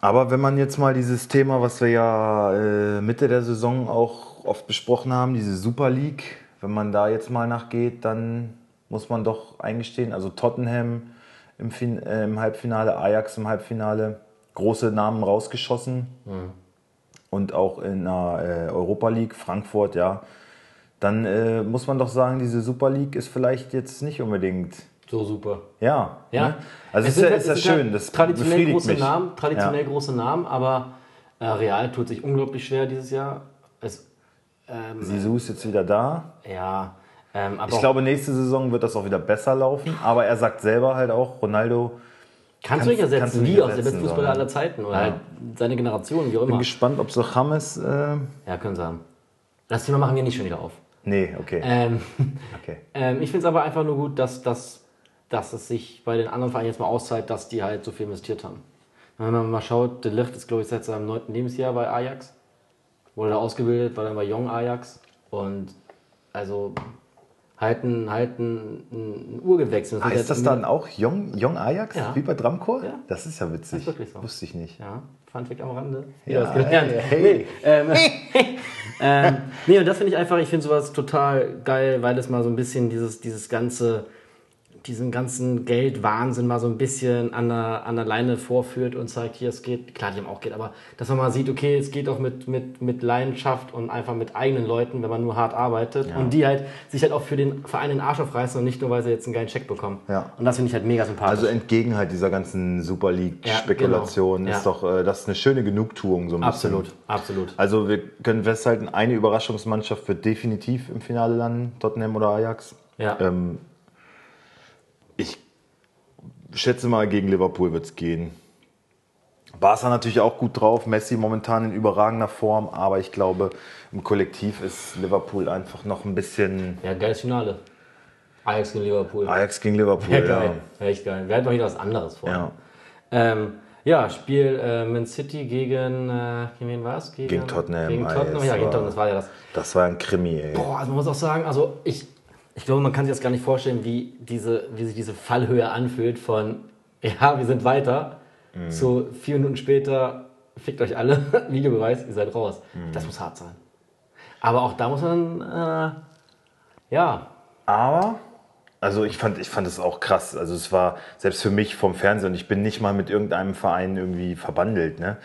S1: Aber wenn man jetzt mal dieses Thema, was wir ja äh, Mitte der Saison auch oft besprochen haben, diese Super League, wenn man da jetzt mal nachgeht, dann muss man doch eingestehen, also Tottenham im, fin äh, im Halbfinale, Ajax im Halbfinale, große Namen rausgeschossen
S2: Mhm.
S1: und auch in der äh, Europa League, Frankfurt, ja. Dann äh, muss man doch sagen, diese Super League ist vielleicht jetzt nicht unbedingt.
S2: So super.
S1: Ja.
S2: Ja.
S1: Ne? Also es ist,
S2: sind
S1: ja,
S2: halt-
S1: ist ja
S2: es sind
S1: schön.
S2: halt
S1: Das
S2: traditionell
S1: befriedigt
S2: große
S1: mich.
S2: Namen, traditionell
S1: Ja.
S2: große Namen, aber äh, Real tut sich unglaublich schwer dieses Jahr. Es, ähm,
S1: Sisu ist jetzt wieder da.
S2: ja, ähm, aber
S1: Ich glaube, nächste Saison wird das auch wieder besser laufen. Aber er sagt selber halt auch, Ronaldo,
S2: kannst du nicht
S1: kannst-
S2: ersetzen,
S1: kannst du nicht
S2: wie aus der
S1: ersetzen,
S2: beste Fußballer
S1: sondern-
S2: aller Zeiten oder halt seine Generation, wie auch
S1: bin
S2: immer.
S1: gespannt, ob so James. Äh,
S2: Ja, können sie haben. Das Thema machen wir nicht schon wieder auf.
S1: nee, okay.
S2: Ähm,
S1: okay.
S2: ähm, ich finde es aber einfach nur gut, dass, dass, dass es sich bei den anderen Vereinen jetzt mal auszahlt, dass die halt so viel investiert haben. Wenn man mal schaut, De Ligt ist, glaube ich, seit seinem neunten Lebensjahr bei Ajax. Wurde ausgebildet, war dann bei Young Ajax. Und also halten, halten ein ein Urgewächs. Und
S1: Heißt
S2: wird
S1: das
S2: jetzt-
S1: dann auch Jong, Jong Ajax?
S2: Ja.
S1: Wie bei Dramkor?
S2: Ja.
S1: Das ist ja witzig.
S2: ist wirklich so.
S1: Wusste ich nicht.
S2: Ja, Funfact am Rande.
S1: Ja,
S2: Ja, gelernt.
S1: hey.
S2: Nee, ähm, ähm, nee, und das finde ich einfach, ich finde sowas total geil, weil es mal so ein bisschen dieses, dieses ganze diesen ganzen Geldwahnsinn mal so ein bisschen an der, an der Leine vorführt und zeigt, hier es geht, klar, die haben auch Geld, aber dass man mal sieht, okay, es geht auch mit, mit, mit Leidenschaft und einfach mit eigenen Leuten, wenn man nur hart arbeitet und die halt sich halt auch für den Verein den Arsch aufreißen und nicht nur, weil sie jetzt einen geilen Check bekommen.
S1: Ja.
S2: Und das finde ich halt mega sympathisch.
S1: Also entgegen halt dieser ganzen Super League-Spekulation
S2: Ja, genau.
S1: ist
S2: Ja.
S1: doch äh, das ist eine schöne Genugtuung so ein
S2: absolut,
S1: bisschen.
S2: absolut.
S1: Also wir können festhalten, eine Überraschungsmannschaft wird definitiv im Finale landen, Tottenham oder Ajax.
S2: Ja.
S1: Ähm, ich schätze mal, gegen Liverpool wird es gehen. Barca natürlich auch gut drauf, Messi momentan in überragender Form, aber ich glaube, im Kollektiv ist Liverpool einfach noch ein bisschen
S2: Ja, geiles Finale. Ajax gegen Liverpool.
S1: Ajax gegen Liverpool.
S2: ja, geil. Ja. Echt geil. Wir hatten mal wieder was anderes vor.
S1: Ja. Ja.
S2: Ähm, ja, Spiel äh, Man City gegen, äh, gegen wen war es? Gegen,
S1: Gegen Tottenham.
S2: Gegen
S1: Ah,
S2: Tottenham,
S1: jetzt
S2: ja, gegen
S1: war-
S2: Tottenham, das war ja das.
S1: Das war ein Krimi, ey.
S2: Boah, also man muss auch sagen, also ich, ich glaube, man kann sich das gar nicht vorstellen, wie, diese, wie sich diese Fallhöhe anfühlt von, ja, wir sind weiter,
S1: Mhm.
S2: zu vier Minuten später, fickt euch alle, Videobeweis, ihr seid raus.
S1: Mhm.
S2: Das muss hart sein. Aber auch da muss man, äh, ja,
S1: Aber, also ich fand, ich fand es auch krass. Also es war selbst für mich vom Fernsehen und ich bin nicht mal mit irgendeinem Verein irgendwie verbandelt, ne?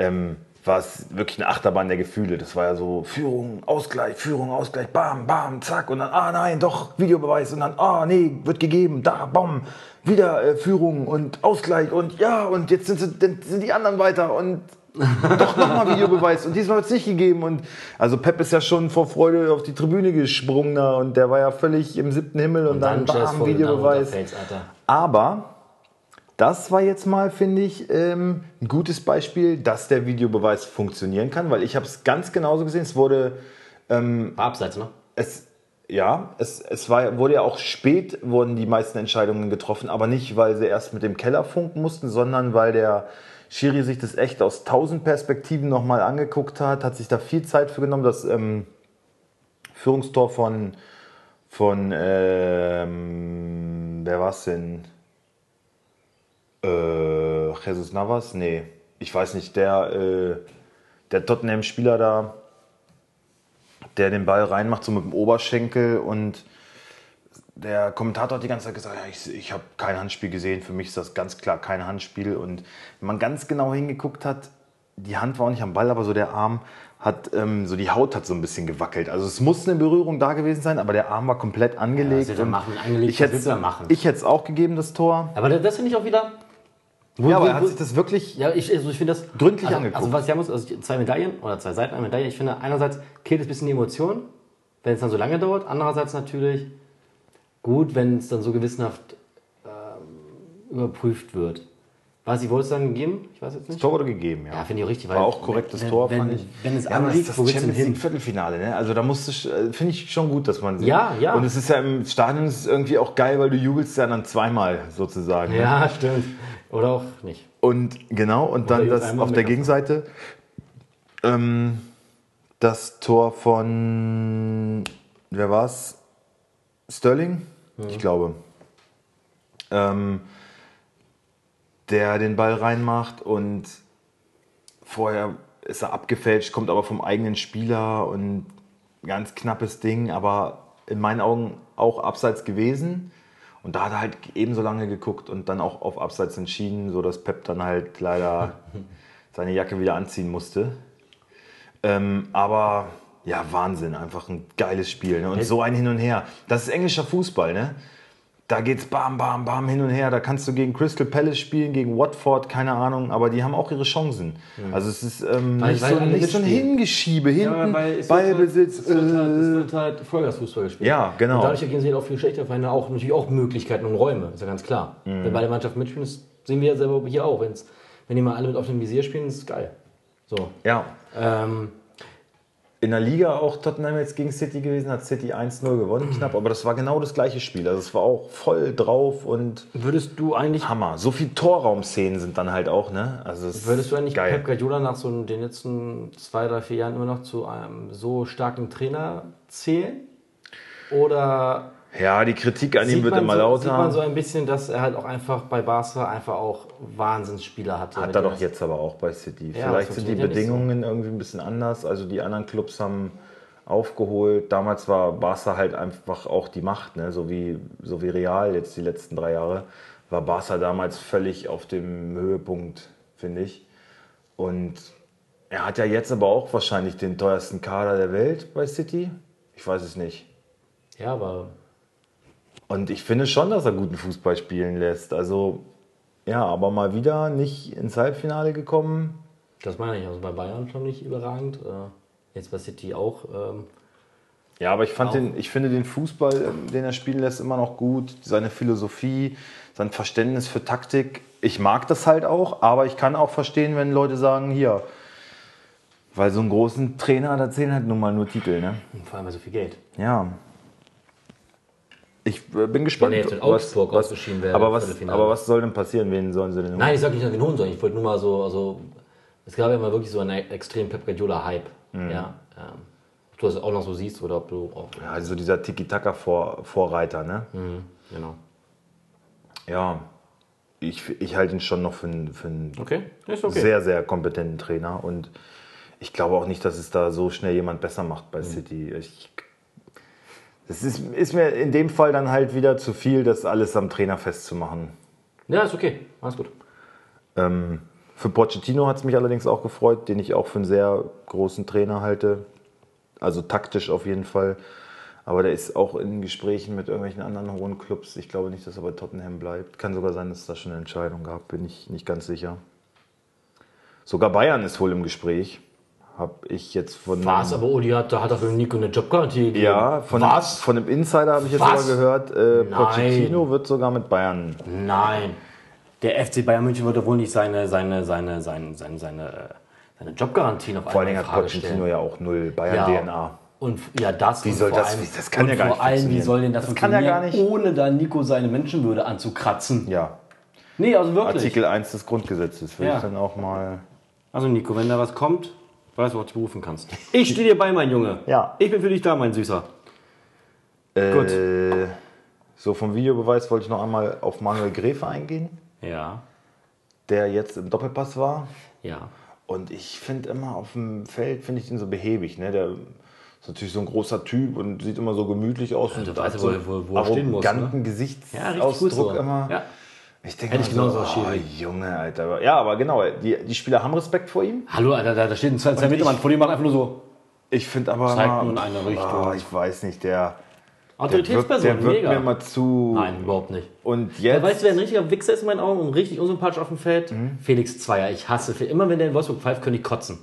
S1: Ähm, war es wirklich eine Achterbahn der Gefühle. Das war ja so Führung, Ausgleich, Führung, Ausgleich, bam, bam, zack und dann, ah nein, doch, Videobeweis und dann, ah nee, wird gegeben, da, bam, wieder äh, Führung und Ausgleich und ja, und jetzt sind, sie, dann sind die anderen weiter und doch nochmal Videobeweis und diesmal wird es nicht gegeben. Und also Pep ist ja schon vor Freude auf die Tribüne gesprungen da und der war ja völlig im siebten Himmel und, dann,
S2: Sanchez
S1: bam,
S2: vor den
S1: Videobeweis.
S2: Download-Updates, Alter.
S1: Aber das war jetzt mal, finde ich, ähm, ein gutes Beispiel, dass der Videobeweis funktionieren kann, weil ich habe es ganz genauso gesehen. Es wurde
S2: War abseits, ne?
S1: es ja, es, es war, wurde ja auch spät, wurden die meisten Entscheidungen getroffen, aber nicht, weil sie erst mit dem Kellerfunk mussten, sondern weil der Schiri sich das echt aus tausend Perspektiven nochmal angeguckt hat, hat sich da viel Zeit für genommen. Das ähm, Führungstor von, von ähm, wer war es denn? Äh, Jesus Navas? Nee, ich weiß nicht, der, äh, der Tottenham-Spieler da der den Ball reinmacht, so mit dem Oberschenkel. Und der Kommentator hat die ganze Zeit gesagt, ja, ich, ich habe kein Handspiel gesehen. Für mich ist das ganz klar kein Handspiel. Und wenn man ganz genau hingeguckt hat, die Hand war auch nicht am Ball, aber so der Arm hat, ähm, so die Haut hat so ein bisschen gewackelt. Also es muss eine Berührung da gewesen sein, aber der Arm war komplett angelegt.
S2: willst du
S1: und
S2: machen? Angelegt,
S1: ich
S2: was
S1: hätte
S2: willst du da machen?
S1: es auch gegeben, das Tor.
S2: Aber das, das finde ich auch wieder. Wo,
S1: Ja, aber
S2: wo-
S1: er hat
S2: wo-
S1: sich das wirklich...
S2: ja, ich, also ich finde das
S1: Gründlich
S2: also,
S1: angeguckt.
S2: Also was ich sagen muss, also zwei Medaillen oder zwei Seiten einer Medaille. Ich finde einerseits killt es ein bisschen die Emotion, wenn es dann so lange dauert. Andererseits natürlich gut, wenn es dann so gewissenhaft ähm, überprüft wird. Was ich wollte es dann gegeben? Ich weiß jetzt nicht.
S1: Das Tor wurde gegeben, ja.
S2: Ja, finde ich auch richtig.
S1: War
S2: weil-
S1: auch korrektes
S2: wenn,
S1: Tor,
S2: wenn,
S1: fand ich.
S2: Wenn es
S1: Ja, aber
S2: anliegt,
S1: das
S2: wo
S1: ist das
S2: geht's denn
S1: Champions
S2: hin?
S1: League Viertelfinale, ne? Also da musst du, äh, finde ich schon gut, dass man sieht.
S2: Ja, ja.
S1: Und es ist ja im Stadion ist irgendwie auch geil, weil du jubelst ja dann zweimal sozusagen. ne?
S2: Ja, stimmt. Oder auch nicht.
S1: Und genau, und
S2: Oder
S1: dann
S2: jetzt
S1: das
S2: einmal
S1: auf der
S2: mit-
S1: Gegenseite ähm, das Tor von wer war's? Sterling, ich glaube. Ähm, der den Ball reinmacht und vorher ist er abgefälscht, kommt aber vom eigenen Spieler und ganz knappes Ding, aber in meinen Augen auch abseits gewesen. Und da hat er halt ebenso lange geguckt und dann auch auf Abseits entschieden, sodass Pep dann halt leider seine Jacke wieder anziehen musste. Ähm, aber ja, Wahnsinn, einfach ein geiles Spiel. Ne? Und so ein Hin und Her. Das ist englischer Fußball, ne? Da geht's bam, bam, bam hin und her. Da kannst du gegen Crystal Palace spielen, gegen Watford, keine Ahnung, aber die haben auch ihre Chancen. Also es ist ähm,
S2: Weil-
S1: nicht,
S2: weil
S1: so,
S2: alle
S1: nicht so ein
S2: mitspielen.
S1: Hingeschiebe hinten,
S2: es wird halt-
S1: Ballbesitz.
S2: Es wird halt,
S1: äh,
S2: es wird halt Vollgasfußball gespielt.
S1: Ja, genau.
S2: Und dadurch ergeben sich halt auch viel schlechter Vereine auch natürlich auch Möglichkeiten und Räume, ist ja ganz klar.
S1: Mhm.
S2: Wenn beide Mannschaften mitspielen, das sehen wir ja selber hier auch. Wenn's, wenn die mal alle mit auf dem Visier spielen, ist geil. So.
S1: ja,
S2: Ähm,
S1: In der Liga auch Tottenham jetzt gegen City gewesen, hat City 1-0 gewonnen, knapp, aber das war genau das gleiche Spiel. Also es war auch voll drauf und
S2: würdest du eigentlich,
S1: Hammer. So viel Torraumszenen sind dann halt auch, ne? Also es ist
S2: würdest du eigentlich
S1: geil.
S2: Pep Guardiola nach so den letzten zwei, drei, vier Jahren immer noch zu einem so starken Trainer zählen? Oder
S1: Ja, die Kritik an ihm
S2: sieht
S1: wird
S2: man,
S1: immer
S2: so, sieht
S1: lauter.
S2: man so ein bisschen, dass er halt auch einfach bei Barca einfach auch Wahnsinnsspieler hatte?
S1: hat
S2: mit
S1: er
S2: denen
S1: doch jetzt aber auch bei City.
S2: Ja, das
S1: Vielleicht sind die
S2: funktioniert ja nicht
S1: Bedingungen irgendwie ein bisschen anders. Also die anderen Clubs haben aufgeholt. Damals war Barca halt einfach auch die Macht, ne? so, wie, so wie Real jetzt die letzten drei Jahre, war Barca damals völlig auf dem Höhepunkt, finde ich. Und er hat ja jetzt aber auch wahrscheinlich den teuersten Kader der Welt bei City. Ich weiß es nicht.
S2: Ja, aber
S1: Und ich finde schon, dass er guten Fußball spielen lässt. Also, ja, aber mal wieder nicht ins Halbfinale gekommen.
S2: das meine ich. Also bei Bayern schon nicht überragend. Äh, jetzt bei City auch. Ähm,
S1: Ja, aber ich, fand
S2: Genau.
S1: den, ich finde den Fußball, ähm, den er spielen lässt, immer noch gut. Seine Philosophie, sein Verständnis für Taktik. Ich mag das halt auch, aber ich kann auch verstehen, wenn Leute sagen, hier, weil so einen großen Trainer, da zählen halt nun mal nur Titel, ne?
S2: und vor allem bei so viel Geld.
S1: Ja. Ich äh, bin gespannt,
S2: Wenn er jetzt in Augsburg ausgeschieden wäre
S1: aber
S2: im
S1: was,
S2: Viertelfinale.
S1: aber was soll denn passieren? Wen sollen sie denn holen?
S2: Nein, ich sage nicht, dass wir ihn holen sollen. Ich wollte nur mal so, also es gab ja mal wirklich so einen extremen Pep Guardiola-Hype.
S1: Mhm.
S2: Ja, ähm, ob du das auch noch so siehst oder ob du auch.
S1: Ja, Also dieser Tiki-Taka-Vorreiter, ne?
S2: Mhm, genau.
S1: Ja. Ich, ich halte ihn schon noch für, einen- für einen
S2: Okay, ist
S1: sehr, sehr kompetenten Trainer. Und ich glaube auch nicht, dass es da so schnell jemand besser macht
S2: Mhm.
S1: bei City. Ich, das ist, ist mir in dem Fall dann halt wieder zu viel, das alles am Trainer festzumachen.
S2: Ja, ist okay. Alles gut.
S1: Ähm, für Pochettino hat es mich allerdings auch gefreut, den ich auch für einen sehr großen Trainer halte. Also taktisch auf jeden Fall. Aber der ist auch in Gesprächen mit irgendwelchen anderen hohen Clubs. Ich glaube nicht, dass er bei Tottenham bleibt. Kann sogar sein, dass es da schon eine Entscheidung gab. Bin ich nicht ganz sicher. Sogar Bayern ist wohl im Gespräch. Habe ich jetzt von.
S2: Was? Aber Uli hat, da hat er für Nico eine Jobgarantie gegeben.
S1: Mhm. Ja, von,
S2: Was?
S1: von dem Insider habe ich jetzt
S2: Was?
S1: aber gehört, äh,
S2: Nein.
S1: Pochettino wird sogar mit Bayern.
S2: Nein.
S3: Der FC Bayern München würde wohl nicht seine, seine, seine,
S2: Seine, seine, seine, äh, seine Jobgarantie noch
S1: Vor allen Dingen hat Pochettino ja auch null Bayern-DNA.
S2: Und f- ja, das. Wie
S1: soll das- wie- das kann
S2: und
S1: ja gar
S2: vor
S1: nicht
S2: allem, wie
S1: funktionieren.
S2: soll denn das,
S1: Das kann ja gar nicht.
S3: Ohne da Nico seine Menschenwürde anzukratzen.
S1: Ja,
S3: Nee, also wirklich.
S1: Artikel 1 des Grundgesetzes will
S3: Ja.
S1: ich dann auch mal.
S3: Also Nico, wenn da was kommt, weißt du, was du rufen kannst. Ich stehe dir bei, mein Junge.
S1: Ja.
S3: Ich bin für dich da, mein Süßer. Gut.
S1: Äh, so vom Videobeweis wollte ich noch einmal auf Manuel Gräfe eingehen,
S3: Ja.
S1: der jetzt im Doppelpass war.
S3: Ja.
S1: Und ich finde immer auf dem Feld finde ich den so behäbig, ne? Der ist natürlich so ein großer Typ und sieht immer so gemütlich aus und
S2: du weißt
S1: hat
S2: ja,
S1: so einen
S2: wo- wo er stehen muss, ne?
S1: arroganten
S2: Ja, richtig gut
S1: Gesichtsausdruck
S2: so.
S1: immer.
S2: Ja.
S1: Ich denke
S2: Hätte
S1: mal
S2: ich genauso
S1: so, oh,
S2: ausschädigt.
S1: Junge, Alter. Ja, aber genau, die, die Spieler haben Respekt vor ihm.
S3: Hallo, Alter, da, da steht ein 2 Meter Mann vor dir, macht einfach nur so.
S1: Ich finde aber
S3: Zeigt
S1: immer,
S3: nur in eine
S1: ah,
S3: Richtung.
S1: ich weiß nicht, der, der wirkt,
S2: Autoritätsperson,
S1: der wirkt
S2: mega.
S1: mir immer zu
S2: Nein, überhaupt nicht.
S1: Und
S2: Ja,
S1: jetzt.
S2: weißt du, wer ein richtiger Wichser ist in meinen Augen und richtig unsympathisch auf dem Feld?
S1: Mhm.
S2: Felix Zweier. Ich hasse Felix. Immer wenn der in Wolfsburg pfeift, können die kotzen.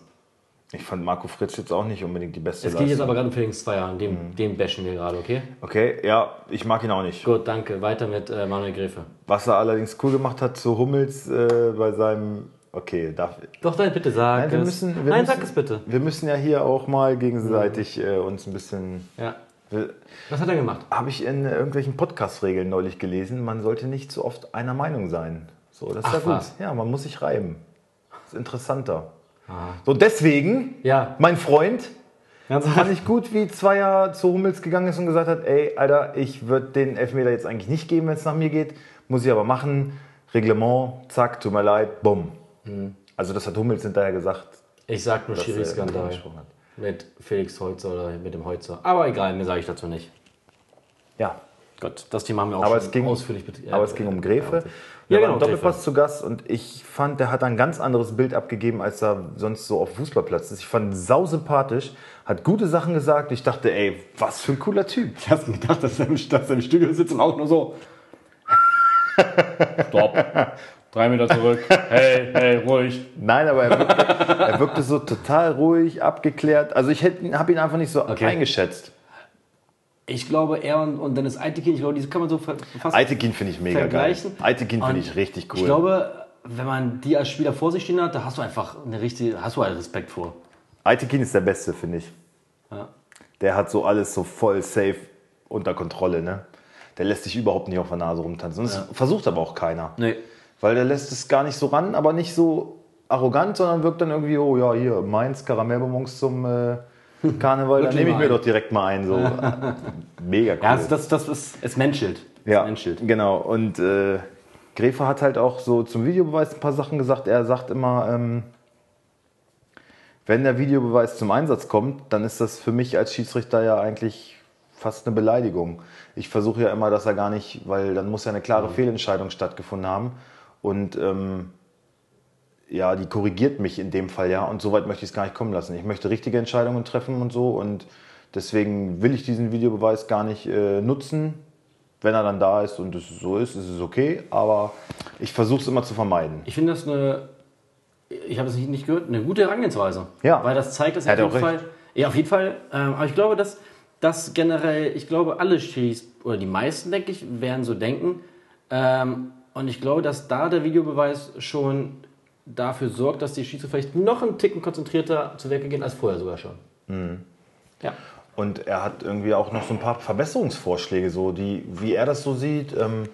S1: ich fand Marco Fritz jetzt auch nicht unbedingt die beste
S2: Es geht jetzt
S1: Leistung. Mhm.
S2: aber gerade um Felix Zweier. Und den, den bashen wir gerade, okay?
S1: Okay, ja, ich mag ihn auch nicht.
S2: Gut, danke. Weiter mit äh, Manuel Gräfe.
S1: Was er allerdings cool gemacht hat zu Hummels äh, bei seinem. Okay, darf,
S2: Doch, dann bitte sag
S1: Nein, wir
S2: es.
S1: müssen- wir
S2: Nein,
S1: müssen-
S2: sag es bitte.
S1: wir müssen ja hier auch mal gegenseitig äh, uns ein bisschen.
S2: Ja.
S1: wir-
S2: Was hat er gemacht?
S1: Habe ich in irgendwelchen Podcast-Regeln neulich gelesen, man sollte nicht zu oft einer Meinung sein. So, das ist
S2: Ach,
S1: ja gut.
S2: was.
S1: Ja, man muss sich reiben. Das ist interessanter. So, deswegen,
S2: Ja.
S1: mein Freund,
S3: Ganz
S1: Fand ich gut, wie Zweier zu Hummels gegangen ist und gesagt hat, ey, Alter, ich würde den Elfmeter jetzt eigentlich nicht geben, wenn es nach mir geht. Muss ich aber machen. Reglement, zack, tut mir leid, bumm.
S2: Mhm.
S1: Also das hat Hummels hinterher gesagt.
S2: Ich sag nur
S1: dass er
S2: Schiri-Skandal.
S1: angesprochen hat.
S2: Mit Felix Holzer oder mit dem Holzer. Aber egal, mehr sage ich dazu nicht.
S1: Ja,
S2: Gut, das Thema haben wir auch
S1: aber
S2: schon
S1: es ging,
S2: ausführlich bet- äh,
S1: aber es ging um Gräfe. Ja,
S2: Ja,
S1: genau,
S2: genau,
S1: Doppelpass zu Gast und ich fand, der hat ein ganz anderes Bild abgegeben, als er sonst so auf dem Fußballplatz ist. Ich fand ihn sausympathisch, hat gute Sachen gesagt. Ich dachte, ey, was für ein cooler Typ.
S3: Ich hab gedacht, dass er, im, dass er im Studio sitzt und auch nur so. Stopp. Drei Meter zurück. Hey, hey, ruhig.
S1: Nein, aber er wirkte, er wirkte so total ruhig, abgeklärt. Also ich habe ihn einfach nicht so eingeschätzt.
S3: Ich glaube, er und, und Dennis Eitekin, ich glaube, diese kann man so ver- fast
S1: Aitekin finde ich mega
S3: vergleichen.
S1: geil. Aitekin
S3: Und
S1: finde ich richtig cool.
S3: Ich glaube, wenn man die als Spieler vor sich stehen hat, da hast du einfach eine richtige, hast du halt Respekt vor.
S1: Aitekin ist der Beste, finde ich.
S3: Ja.
S1: Der hat so alles so voll safe unter Kontrolle, ne? Der lässt sich überhaupt nicht auf der Nase rumtanzen. Und das versucht aber auch keiner.
S3: Nee.
S1: Weil der lässt es gar nicht so ran, aber nicht so arrogant, sondern wirkt dann irgendwie, oh ja, hier, Mainz, Karamellbonbons zum äh, Karneval, dann
S3: Wirklich
S1: nehme ich
S3: mal
S1: mir
S3: ein.
S1: doch direkt mal einen. So. Mega cool.
S3: Ja, also das, das ist, es menschelt.
S1: Ja,
S3: Es menschelt.
S1: genau. Und äh, Gräfe hat halt auch so zum Videobeweis ein paar Sachen gesagt. Er sagt immer, ähm, wenn der Videobeweis zum Einsatz kommt, dann ist das für mich als Schiedsrichter ja eigentlich fast eine Beleidigung. Ich versuche ja immer, dass er gar nicht, weil dann muss ja eine klare Fehlentscheidung stattgefunden haben. Und ähm, ja, die korrigiert mich in dem Fall ja. Und so weit möchte ich es gar nicht kommen lassen. Ich möchte richtige Entscheidungen treffen und so. Und deswegen will ich diesen Videobeweis gar nicht äh, nutzen. Wenn er dann da ist und es so ist, ist es okay. Aber ich versuche es immer zu vermeiden.
S3: Ich finde das eine, ich habe es nicht, nicht gehört, eine gute Herangehensweise.
S1: Ja.
S3: Weil das zeigt, dass
S1: Er
S3: er
S1: hat
S3: auf
S1: auch
S3: jeden Fall. Ja, auf jeden Fall. Ähm, aber ich glaube, dass das generell, ich glaube, alle Schiris, oder die meisten, denke ich, werden so denken. Ähm, und ich glaube, dass da der Videobeweis schon dafür sorgt, dass die Schiedsrichter vielleicht noch einen Ticken konzentrierter zu Werke gehen als vorher sogar schon. Ja.
S1: Und Mhm. er hat irgendwie auch noch so ein paar Verbesserungsvorschläge, so die, wie er das so sieht. Ähm,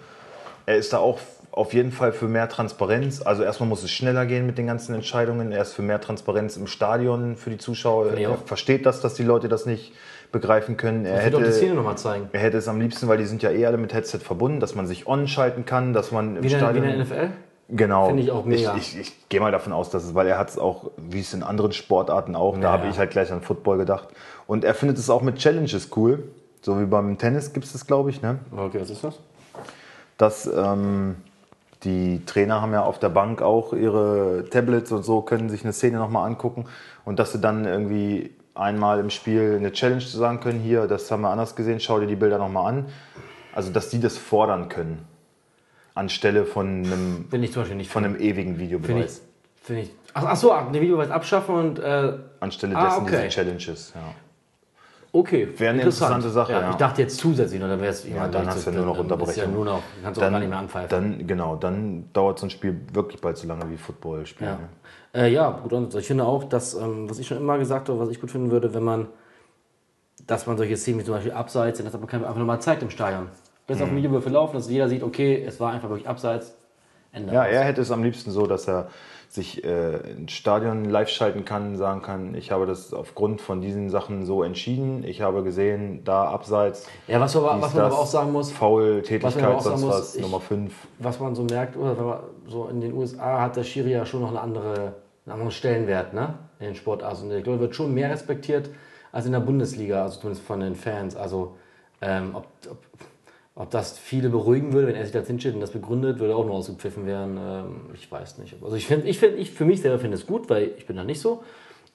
S1: er ist da auch auf jeden Fall für mehr Transparenz. Also erstmal muss es schneller gehen mit den ganzen Entscheidungen. Er ist für mehr Transparenz im Stadion für die Zuschauer.
S2: ich
S1: Er
S2: auch.
S1: versteht das, dass die Leute das nicht begreifen können. Er
S2: Ich würde auch die Szene
S1: hätte,
S2: nochmal zeigen.
S1: er hätte es am liebsten, weil die sind ja eh alle mit Headset verbunden, dass man sich on schalten kann, dass man im
S2: Wie in, der, wie
S1: Stadion
S2: in der NFL?
S1: Genau.
S2: Finde ich auch mega.
S1: Ich, ich, ich gehe mal davon aus, dass es, weil er hat es auch, wie es in anderen Sportarten auch, da habe ich halt gleich an Football gedacht. Und er findet es auch mit Challenges cool. So wie beim Tennis gibt es das, glaube ich, ne?
S3: Okay, was ist das?
S1: Dass ähm, die Trainer haben ja auf der Bank auch ihre Tablets und so, können sich eine Szene nochmal angucken. Und dass sie dann irgendwie einmal im Spiel eine Challenge sagen können, hier, das haben wir anders gesehen, schau dir die Bilder nochmal an. Also, dass die das fordern können. Anstelle von einem,
S2: Bin ich zum Beispiel nicht
S1: von einem ewigen
S2: Finde
S1: Videobeweis.
S2: ich, finde ich.
S3: Ach, ach so, ab- den Videobeweis abschaffen und äh,
S1: Anstelle
S3: Ah,
S1: dessen
S3: okay.
S1: diese Challenges. Ja.
S3: okay.
S1: Wäre eine interessante Sache.
S2: Ja,
S1: Ja,
S2: Ich dachte jetzt zusätzlich, noch, dann wäre es. Ja,
S1: dann hast du ja nur noch
S2: Ist ja
S1: Unterbrechung.
S2: nur noch, kannst du auch gar nicht mehr anpfeifen.
S1: Dann, genau, dann dauert so ein Spiel wirklich bald so lange wie Football spielen.
S2: Ja.
S1: ne?
S2: Äh, ja, gut, und ich finde auch, dass, ähm, was ich schon immer gesagt habe, was ich gut finden würde, wenn man, dass man solche Szenen wie zum Beispiel abseits, dass man kann einfach nochmal zeigt im Stadion.
S3: Bis
S1: Hm.
S3: auf den Videobeweis laufen, dass jeder sieht, okay, es war einfach wirklich abseits. Ende.
S1: Ja, er hätte es am liebsten so, dass er sich äh, ins Stadion live schalten kann, sagen kann, ich habe das aufgrund von diesen Sachen so entschieden, ich habe gesehen, da abseits,
S2: Ja, was, aber,
S1: dies,
S2: was man aber
S1: das,
S2: auch sagen muss,
S1: Foul,
S2: was man aber
S1: Tätigkeit,
S2: auch sagen
S1: sonst
S2: muss,
S1: was,
S2: ich-
S1: Nummer 5.
S2: was man so merkt, oder wenn man, so in den USA hat der Schiri ja schon noch eine andere, einen anderen Stellenwert, ne? In den Sportarten. Und Ich glaube, er wird schon mehr respektiert als in der Bundesliga, also zumindest von den Fans. Also, ähm, ob, ob, ob das viele beruhigen würde, wenn er sich da hinstellt und das begründet, würde auch nur ausgepfiffen werden. Ähm, ich weiß nicht. Also, ich finde, ich finde, ich für mich selber finde es gut, weil ich bin da nicht so.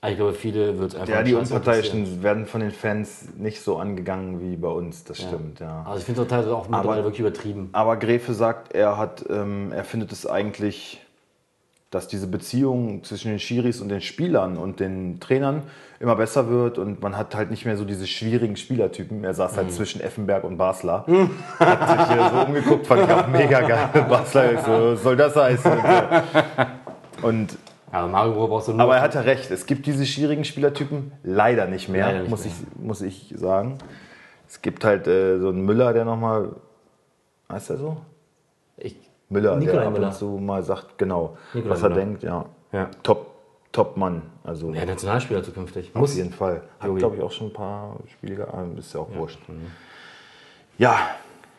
S2: Aber ich glaube, viele wird es einfach.
S1: Ja, die
S2: scheiße interessieren.
S1: Unparteiischen werden von den Fans nicht so angegangen wie bei uns, das stimmt, ja.
S2: Also, ich finde es teilweise auch mittlerweile wirklich übertrieben.
S1: Aber Grefe sagt, er hat, ähm, er findet es eigentlich, dass diese Beziehung zwischen den Schiris und den Spielern und den Trainern immer besser wird und man hat halt nicht mehr so diese schwierigen Spielertypen. Er saß halt
S2: Mhm.
S1: zwischen Effenberg und Basler, hat sich hier so umgeguckt, fand ich auch mega geil. Basler ist so, was soll das heißen? Und, so. und
S2: Aber Mario Bro brauchst du nur.
S1: aber er hat ja recht, es gibt diese schwierigen Spielertypen leider nicht mehr,
S2: Leider nicht
S1: muss,
S2: mehr.
S1: Ich, muss ich sagen. Es gibt halt äh, so einen Müller, der nochmal, heißt er so?
S2: ich,
S1: Müller,
S2: Nikolai
S1: der ab
S2: Müller.
S1: und zu mal sagt, genau,
S2: Nikolai
S1: was er
S2: Müller.
S1: denkt, ja.
S2: Ja.
S1: Top, top Mann, also
S2: ja, Nationalspieler zukünftig.
S1: auf jeden Fall. Hat,
S2: Jogi.
S1: glaube ich, auch schon ein paar Spiele, ge- ah, ist ja auch wurscht. Ja,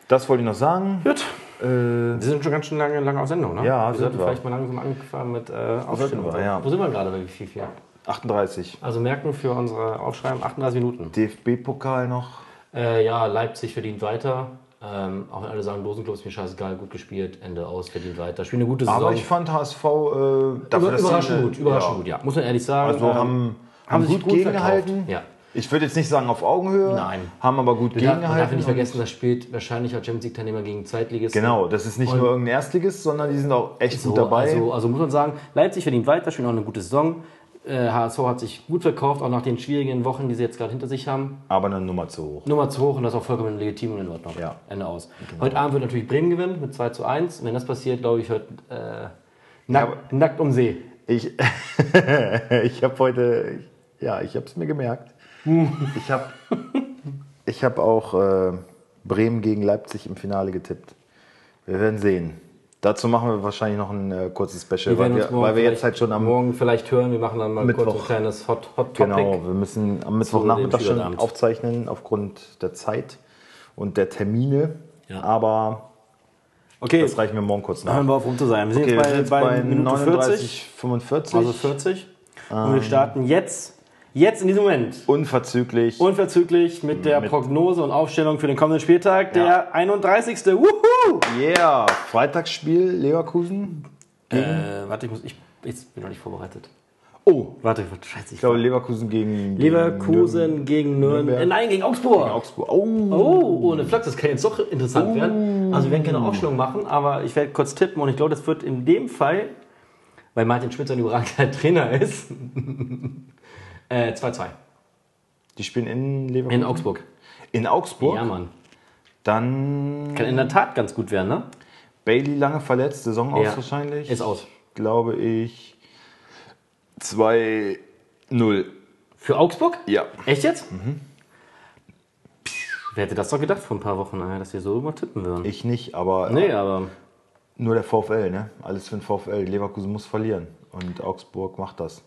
S1: das wollte ich noch sagen.
S2: Gut.
S1: Äh,
S2: Wir sind schon ganz schön lange, lange auf Sendung, ne?
S1: Ja,
S2: wir
S1: sind
S2: sollten
S1: wir.
S2: vielleicht mal langsam anfangen mit äh, Aufstellung.
S1: wir, ja.
S2: Wo sind wir gerade bei wie viel?
S1: 38,
S2: Also merken für unsere Aufschreiben 38 Minuten.
S1: DFB-Pokal noch.
S2: Äh, ja, Leipzig verdient weiter. Ähm, auch wenn alle sagen, Dosenclub ist mir scheißegal, gut gespielt, Ende aus, verdient weiter. Spielen eine gute Saison.
S1: Aber ich fand HSV äh,
S2: Über,
S1: dafür, dass sie
S2: überraschend
S1: eine-
S2: gut, überraschend
S1: ja.
S2: gut, ja. Muss man ehrlich sagen.
S1: Also haben, haben
S2: sie sich
S1: gut, gegengehalten.
S2: verkauft. Ja.
S1: Ich würde jetzt nicht sagen auf Augenhöhe,
S2: Nein.
S1: haben aber gut
S2: Man darf, man darf
S1: gegengehalten.
S2: nicht
S1: und-
S2: vergessen, das spielt wahrscheinlich als Champions League-Teilnehmer gegen Zweitligisten.
S1: Genau, das ist nicht nur irgendein Erstligist, sondern die sind auch echt
S2: So,
S1: gut dabei.
S2: Also, also muss man sagen, Leipzig verdient weiter, spielt auch eine gute Saison. Äh, HSV hat sich gut verkauft, auch nach den schwierigen Wochen, die sie jetzt gerade hinter sich haben.
S1: aber eine Nummer zu hoch.
S2: Nummer zu hoch und das ist auch vollkommen legitim und in Ordnung.
S1: Ja. Genau.
S2: Ende aus. Heute Abend wird natürlich Bremen gewinnen mit 2 zu 1. Wenn das passiert, glaube ich, heute äh, nackt, nackt um See.
S1: Ich, ich habe heute, ja, ich habe es mir gemerkt.
S2: Hm.
S1: Ich habe ich hab auch äh, Bremen gegen Leipzig im Finale getippt. Wir werden sehen. Dazu machen wir wahrscheinlich noch ein äh, kurzes Special, weil
S2: werden
S1: wir,
S2: uns morgen
S1: weil wir jetzt
S2: vielleicht-
S1: halt schon am
S2: Morgen vielleicht hören, wir machen dann mal kurz
S1: Mittwoch.
S2: ein kleines Hot, Hot Topic.
S1: Genau, wir müssen am Mittwochnachmittag schon
S2: Schülerabend.
S1: aufzeichnen aufgrund der Zeit und der Termine.
S2: Ja.
S1: Aber
S3: Okay,
S1: das
S3: um
S1: reichen wir morgen kurz nach.
S3: hören wir auf, rum zu sein. Wir sind
S1: Okay, wir sind
S3: jetzt bei, bei Minute
S1: 39,
S3: 40,
S1: 45.
S3: also 40. Und
S1: Ähm.
S3: wir starten jetzt, jetzt in diesem Moment,
S1: Unverzüglich.
S3: unverzüglich mit der
S1: Mit-
S3: Prognose und Aufstellung für den kommenden Spieltag, der 31. Wuhu!
S1: yeah, Freitagsspiel Leverkusen.
S3: Äh, warte, ich muss, ich, ich bin noch nicht vorbereitet.
S1: Oh,
S3: Warte, scheiße, ich
S1: ich glaube Leverkusen gegen
S3: Leverkusen gegen Nürnberg.
S1: Nürnberg.
S3: Nein, gegen Augsburg.
S1: gegen Augsburg. Oh,
S3: Oh, ohne Flachs, das kann jetzt doch interessant werden. Also wir werden keine Aufstellung machen, aber ich werde kurz tippen und ich glaube, das wird in dem Fall, weil Martin Schmitz ein überragender Trainer ist, äh, 2-2
S1: die spielen in Leverkusen.
S2: In Augsburg.
S1: In Augsburg.
S2: Ja, Mann.
S1: Dann
S3: kann in der Tat ganz gut werden, ne?
S1: Bailey lange verletzt, Saison aus
S2: Ja,
S1: wahrscheinlich.
S2: Ist aus.
S1: Glaube ich 2-0.
S2: Für Augsburg?
S1: Ja.
S2: Echt jetzt?
S1: Mhm.
S2: Wer hätte das doch gedacht vor ein paar Wochen, Alter, dass wir so immer tippen würden?
S1: Ich nicht, aber
S2: Nee, aber
S1: nur der VfL, ne? Alles für den VfL. Leverkusen muss verlieren. Und Augsburg macht das.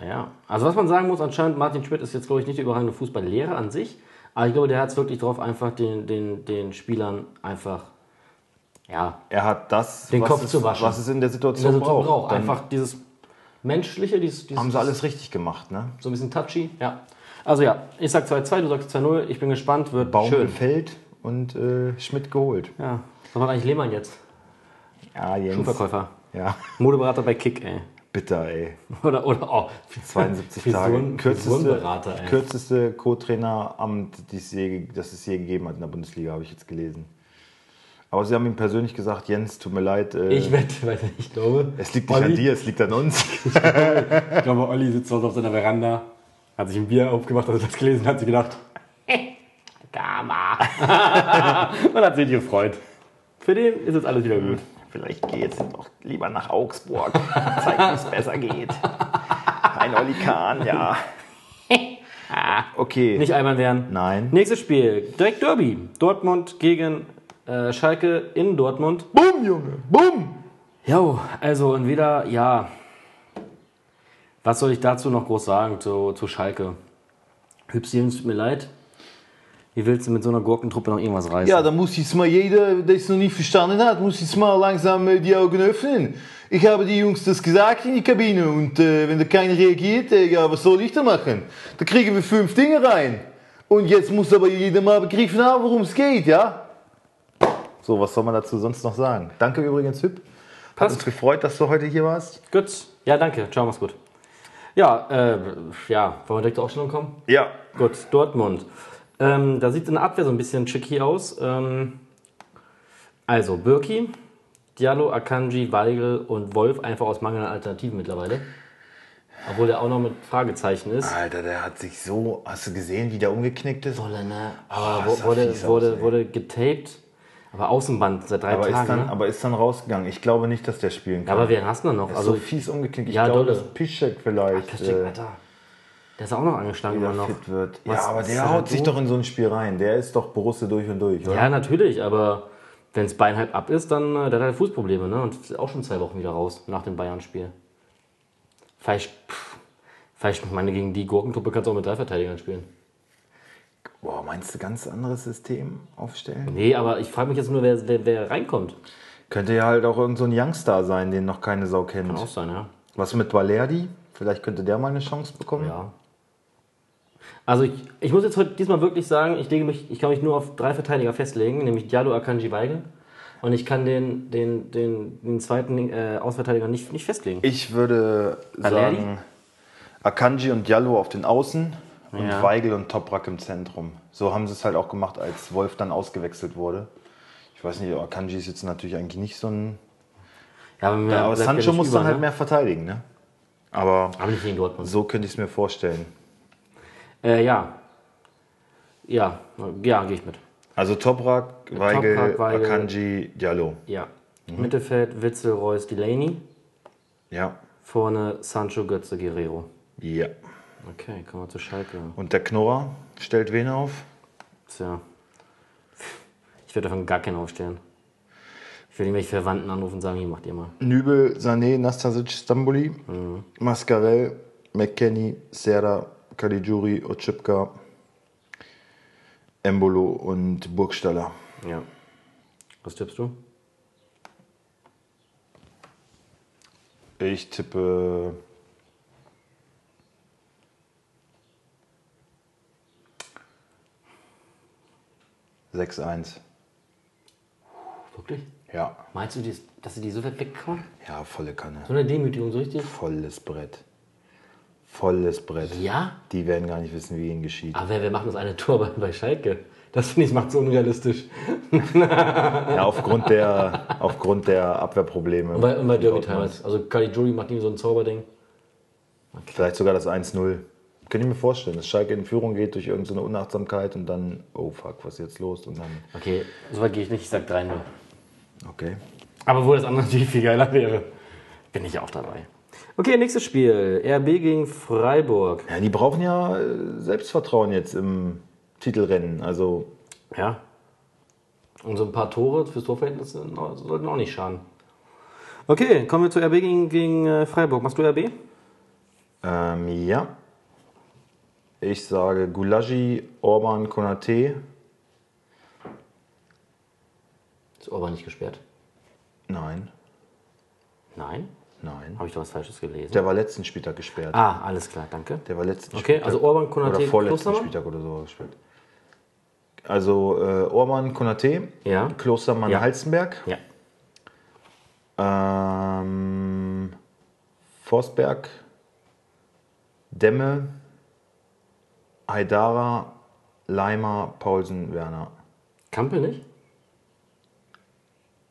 S2: ja. Also was man sagen muss, anscheinend Martin Schmidt ist jetzt, glaube ich, nicht der überragende Fußballlehrer an sich, aber ich glaube, der hat es wirklich drauf, einfach den, den, den Spielern einfach, ja,
S1: Er hat das,
S2: Den
S1: was,
S2: Kopf
S1: es,
S2: zu waschen.
S1: was es in der
S2: in
S1: Situation,
S2: der Situation
S1: braucht.
S2: braucht.
S1: Dann
S2: Einfach dieses Menschliche, dieses, dieses
S1: haben sie alles richtig gemacht, ne?
S2: so ein bisschen touchy, ja. Also ja, ich sag 2-2, du sagst 2-0, ich bin gespannt, wird
S1: Baum
S2: schön.
S1: gefällt und äh, Schmidt geholt.
S2: Ja. Was macht eigentlich Lehmann jetzt?
S1: Ja, Jens.
S2: Schuhverkäufer.
S1: Ja,
S2: Modeberater bei Kick, ey.
S1: bitter, ey.
S2: Oder, oder, oh.
S1: 72
S2: Frisuren-
S1: Tage.
S2: Frisurenberater, ey.
S1: kürzeste Co-Traineramt, die es je, das es je gegeben hat in der Bundesliga, habe ich jetzt gelesen. Aber sie haben ihm persönlich gesagt, Jens, tut mir leid, äh,
S2: Ich wette, weil ich glaube.
S1: es liegt nicht an dir, es liegt an uns.
S3: Ich glaube, Olli sitzt dort auf seiner Veranda, hat sich ein Bier aufgemacht, als er das gelesen hat, hat sich gedacht
S4: Karma.
S3: und hat sich gefreut. Für den ist jetzt alles wieder gut.
S1: Vielleicht gehe jetzt doch lieber nach Augsburg. Zeig, wie es besser geht. Ein Olli Kahn, ja. Okay.
S2: Nicht einmal werden.
S1: Nein.
S2: Nächstes Spiel, direkt Derby. Dortmund gegen äh, Schalke in Dortmund.
S1: Bumm, Junge. Bumm.
S2: Jo, also und wieder, ja. Was soll ich dazu noch groß sagen zu, zu Schalke? Hübschen, es tut mir leid. Wie willst du mit so einer Gurkentruppe noch irgendwas reißen?
S1: Ja, da muss jetzt mal jeder, der es noch nicht verstanden hat, muss jetzt mal langsam äh, die Augen öffnen. Ich habe die Jungs das gesagt in die Kabine und äh, wenn da keiner reagiert, äh, ja, was soll ich da machen? Da kriegen wir fünf Dinge rein. Und jetzt muss aber jeder mal begriffen haben, worum es geht, ja? So, was soll man dazu sonst noch sagen? Danke übrigens, Hüb. Hat uns
S2: passt.
S1: gefreut, dass du heute hier warst.
S2: Gut. Ja, danke. Ciao, mach's gut. Ja, äh, ja, wollen wir direkt zur Aufstellung kommen?
S1: Ja.
S2: Gut, Dortmund. Ähm, da sieht in der Abwehr so ein bisschen tricky aus. Ähm, also Birki, Diallo, Akanji, Weigel und Wolf einfach aus Mangel an Alternativen mittlerweile. Obwohl der auch noch mit Fragezeichen ist.
S1: Alter, der hat sich so. Hast du gesehen, wie der umgeknickt ist?
S2: Dolle, ne?
S1: Ah,
S2: Aber
S1: das sah
S2: wurde,
S1: fies aus,
S2: wurde,
S1: ey.
S2: wurde getaped. Aber Außenband seit drei
S1: Aber ist,
S2: Tagen.
S1: dann,
S2: ne?
S1: aber ist dann rausgegangen. Ich glaube nicht, dass der spielen kann.
S2: aber wen hast du denn noch?
S1: Ist so
S2: Also,
S1: fies umgeknickt. Ich
S2: Ja,
S1: glaube,
S2: dolle.
S1: dass Pischek vielleicht
S2: Piszczek,
S1: äh, ne?
S2: Alter. Der ist auch noch angeschlagen immer
S1: wieder
S2: noch.
S1: fit wird.
S2: Was-
S1: ja, aber
S2: was
S1: der
S2: ist
S1: haut
S2: da
S1: sich
S2: so?
S1: doch in so ein Spiel rein. Der ist doch Borussia durch und durch, oder?
S2: Ja, natürlich, aber wenn es Bein halb ab ist, dann äh, der hat halt Fußprobleme, ne? Und ist auch schon zwei Wochen wieder raus nach dem Bayern-Spiel. Vielleicht, pff, vielleicht, ich meine, gegen die Gurkentruppe kannst du auch mit drei Verteidigern spielen.
S1: Boah, meinst du, ganz anderes System aufstellen?
S2: Nee, aber ich frage mich jetzt nur, wer, wer, wer reinkommt.
S1: Könnte ja halt auch irgend so ein Youngstar sein, den noch keine Sau kennt.
S2: Kann auch sein, ja.
S1: Was mit Valerdi? Vielleicht könnte der mal eine Chance bekommen.
S2: Ja. Also ich, ich muss jetzt heute diesmal wirklich sagen, ich, lege mich, ich kann mich nur auf drei Verteidiger festlegen, nämlich Diallo, Akanji, Weigel. Und ich kann den, den, den, den zweiten äh, Ausverteidiger nicht, nicht festlegen.
S1: Ich würde
S2: Valerdi?
S1: sagen, Akanji und Diallo auf den Außen und
S2: Ja.
S1: Weigel und Toprak im Zentrum. So haben sie es halt auch gemacht, als Wolf dann ausgewechselt wurde. Ich weiß nicht, Akanji ist jetzt natürlich eigentlich nicht so ein
S2: Ja, aber, mir
S1: Ja, aber
S2: bleibt ja
S1: Sancho
S2: nicht
S1: muss
S2: über,
S1: dann halt
S2: ne?
S1: mehr verteidigen, ne? Aber
S2: Aber nicht gegen Dortmund.
S1: so könnte ich es mir vorstellen.
S2: Äh, ja. Ja, ja, gehe ich mit.
S1: Also Toprak, Weigel,
S2: Toprak, Weigel.
S1: Akanji, Diallo.
S2: Ja.
S1: Mhm.
S2: Mittelfeld, Witzel, Reus, Delaney.
S1: Ja.
S2: Vorne Sancho, Götze, Guerrero.
S1: Ja.
S2: Okay, kommen wir zu Schalke.
S1: Und der Knorrer stellt wen auf?
S2: Tja. Ich werde davon gar keinen aufstellen. Ich werde irgendwelche Verwandten anrufen und sagen, hier macht ihr mal.
S1: Nübel, Sané, Nastasic, Stamboli, Mascarell, McKenny, Serra, Caligiuri, Otschipka, Embolo und Burgstaller.
S2: Ja. Was tippst du?
S1: Ich tippe 6-1.
S2: Wirklich?
S1: Ja.
S2: Meinst du, die ist- dass sie die so weit wegkauen?
S1: Ja, volle Kanne.
S2: So eine Demütigung, so richtig?
S1: Volles Brett. Volles Brett.
S2: Ja,
S1: Die werden gar nicht wissen, wie ihnen geschieht.
S2: aber wir, wir machen das eine Tor bei, bei Schalke. Das finde ich, macht es unrealistisch.
S1: Ja, aufgrund der, aufgrund der Abwehrprobleme.
S2: Und bei, und bei Derby
S1: Dortmund.
S2: teilweise. Also Caligiuri macht ihm so ein Zauberding.
S1: Vielleicht sogar das 1-0. Könnte ich mir vorstellen, dass Schalke in Führung geht durch irgendeine Unachtsamkeit und dann, oh fuck, was ist jetzt los? Und dann,
S2: Okay,
S3: So weit gehe ich nicht, ich sag 3-0.
S1: okay.
S2: aber wo das andere natürlich viel geiler wäre, bin ich auch dabei. Okay, nächstes Spiel. RB gegen Freiburg.
S1: Ja, die brauchen ja äh, Selbstvertrauen jetzt im Titelrennen. Also,
S2: Ja. Und so ein paar Tore fürs Torverhältnis sind- sollten auch nicht schaden. Okay, kommen wir zu RB gegen, gegen äh, Freiburg. Machst du RB?
S1: ähm, ja. Ich sage Gulagi, Orban, Konate.
S2: Ist Orban nicht gesperrt?
S1: Nein,
S2: Nein?
S1: nein.
S2: Habe ich doch was Falsches gelesen?
S1: Der war letzten Spieltag gesperrt.
S2: ah, alles klar, danke.
S1: Der war letzten
S2: Okay, also Orban, Konate,
S1: oder vorletzten
S2: Klostermann?
S1: Spieltag oder so gespielt. Also äh, Orban, Konate,
S2: Ja.
S1: Klostermann,
S2: Ja.
S1: Halstenberg,
S2: Ja.
S1: ähm, Forsberg, Demme, Haidara, Leimer, Paulsen, Werner.
S2: Kampel nicht?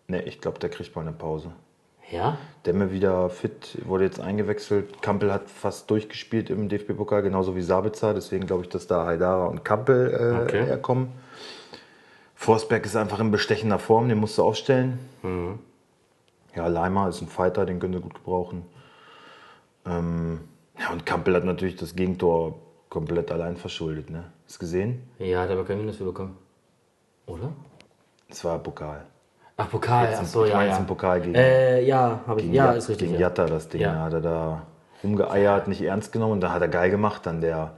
S1: Ne, ich glaube, der kriegt mal eine Pause.
S2: Ja.
S1: Demme wieder fit, wurde jetzt eingewechselt. Kampel hat fast durchgespielt im DFB-Pokal, genauso wie Sabitzer. Deswegen glaube ich, dass da Haidara und Kampel äh,
S2: Okay.
S1: herkommen. Forsberg ist einfach in bestechender Form, den musst du aufstellen.
S2: Mhm.
S1: Ja, Leimer ist ein Fighter, den können sie gut gebrauchen. Ähm, ja, und Kampel hat natürlich das Gegentor komplett allein verschuldet. Ne? Hast du gesehen?
S2: Ja, hat aber kein Minus für bekommen. Oder?
S1: Es war Pokal.
S2: Ach, Pokal, ach so,
S1: ich
S2: ja.
S1: meine,
S2: Ja,
S1: zum Pokal gegen-
S2: äh, ja habe ich.
S1: Gegen
S2: Ja,
S1: Jat-
S2: ist richtig.
S1: Gegen
S2: ja.
S1: Jatta das Ding.
S2: Ja.
S1: Da hat er da rumgeeiert, nicht ernst genommen. Und da hat er geil gemacht, dann der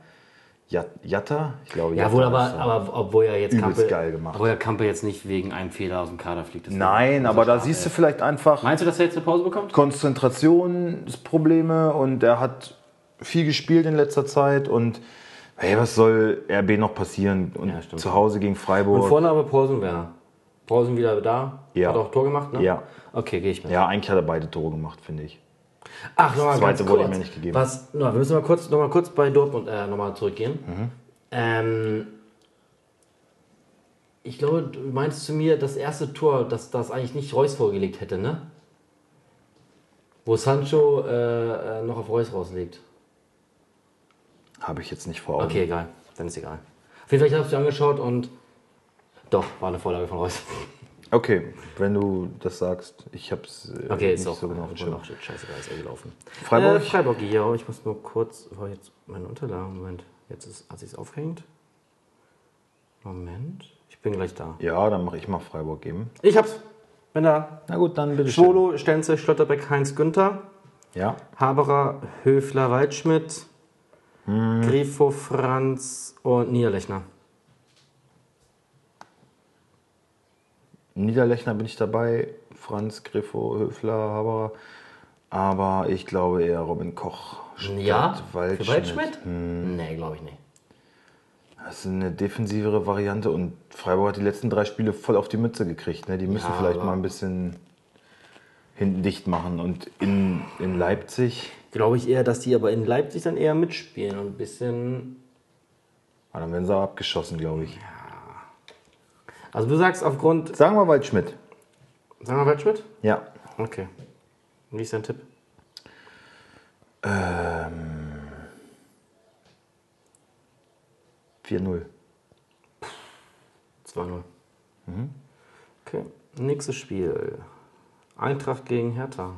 S1: Jat Jatta. Ich glaube,
S2: Ja,
S1: Jatta
S2: wohl,
S1: ist
S2: aber,
S1: da.
S2: aber obwohl er jetzt
S1: Übelst
S2: Kampel.
S1: geil gemacht.
S3: Obwohl Kampe jetzt nicht wegen einem Fehler aus dem Kader fliegt. deswegen-
S1: Nein,
S2: Also
S1: aber da siehst du vielleicht einfach
S3: Meinst du, dass er jetzt eine Pause bekommt?
S1: Konzentrationsprobleme und er hat viel gespielt in letzter Zeit und hey, was soll RB noch passieren? Und
S2: Ja, stimmt.
S1: zu Hause gegen Freiburg.
S2: Und vorne aber Pausen Werner. Pausen wieder da.
S1: Ja.
S2: Hat auch Tor gemacht, ne?
S1: Ja.
S2: Okay, gehe ich mit.
S1: ja, eigentlich hat er beide Tore gemacht, finde ich.
S2: Ach, nochmal
S1: zweite
S2: ganz
S1: wurde
S2: kurz.
S1: ihm ja nicht gegeben.
S2: Was, na, wir müssen mal kurz, noch mal kurz bei Dortmund äh, nochmal zurückgehen.
S1: Mhm.
S2: Ähm, ich glaube, du meinst zu mir, das erste Tor, dass das eigentlich nicht Reus vorgelegt hätte, ne? Wo Sancho äh, äh, noch auf Reus rauslegt.
S1: Habe ich jetzt nicht vor Augen.
S2: Okay, egal. Dann ist egal. Auf jeden Fall, ich habe es dir angeschaut und doch, war eine Vorlage von Reus.
S1: okay, wenn du das sagst, ich habe es
S2: Okay, ist
S1: nicht
S2: auch äh,
S1: so genau auf dem
S2: schon
S1: Schirm.
S2: auch scheißegal, ist eh gelaufen.
S1: Freiburg?
S2: Äh, Freiburg, ja, ich muss nur kurz, war jetzt meine Unterlagen, Moment, jetzt ist, hat sich's aufgehängt. Moment, ich bin gleich da.
S1: Ja, dann mache ich mal Freiburg eben.
S2: Ich hab's, bin da.
S1: Na gut, dann bitte schön.
S2: Schwolo, Stenzel, Schlotterbeck, Heinz, Günther,
S1: Ja.
S2: Haberer, Höfler, Waldschmidt, Hm. Grifo, Franz und Niederlechner.
S1: Niederlechner bin ich dabei, Franz, Griffo, Höfler, Haberer. Aber ich glaube eher Robin Koch. statt
S2: Ja,
S1: Waldschmidt.
S2: für Waldschmidt? Nee, glaube ich nicht.
S1: Das ist eine defensivere Variante und Freiburg hat die letzten drei Spiele voll auf die Mütze gekriegt. Ne? Die müssen
S2: Ja,
S1: vielleicht
S2: aber-
S1: mal ein bisschen hinten dicht machen. Und in, in Leipzig,
S2: Glaube ich eher, dass die aber in Leipzig dann eher mitspielen und ein bisschen
S1: ah, dann werden sie aber abgeschossen, glaube ich.
S2: Also du sagst aufgrund.
S1: Sagen wir Waldschmidt.
S2: Sagen wir Waldschmidt?
S1: Ja.
S2: Okay. Wie ist dein Tipp?
S1: Ähm, 4-0.
S2: 2-0.
S3: Mhm.
S2: Okay. Nächstes Spiel. Eintracht gegen Hertha.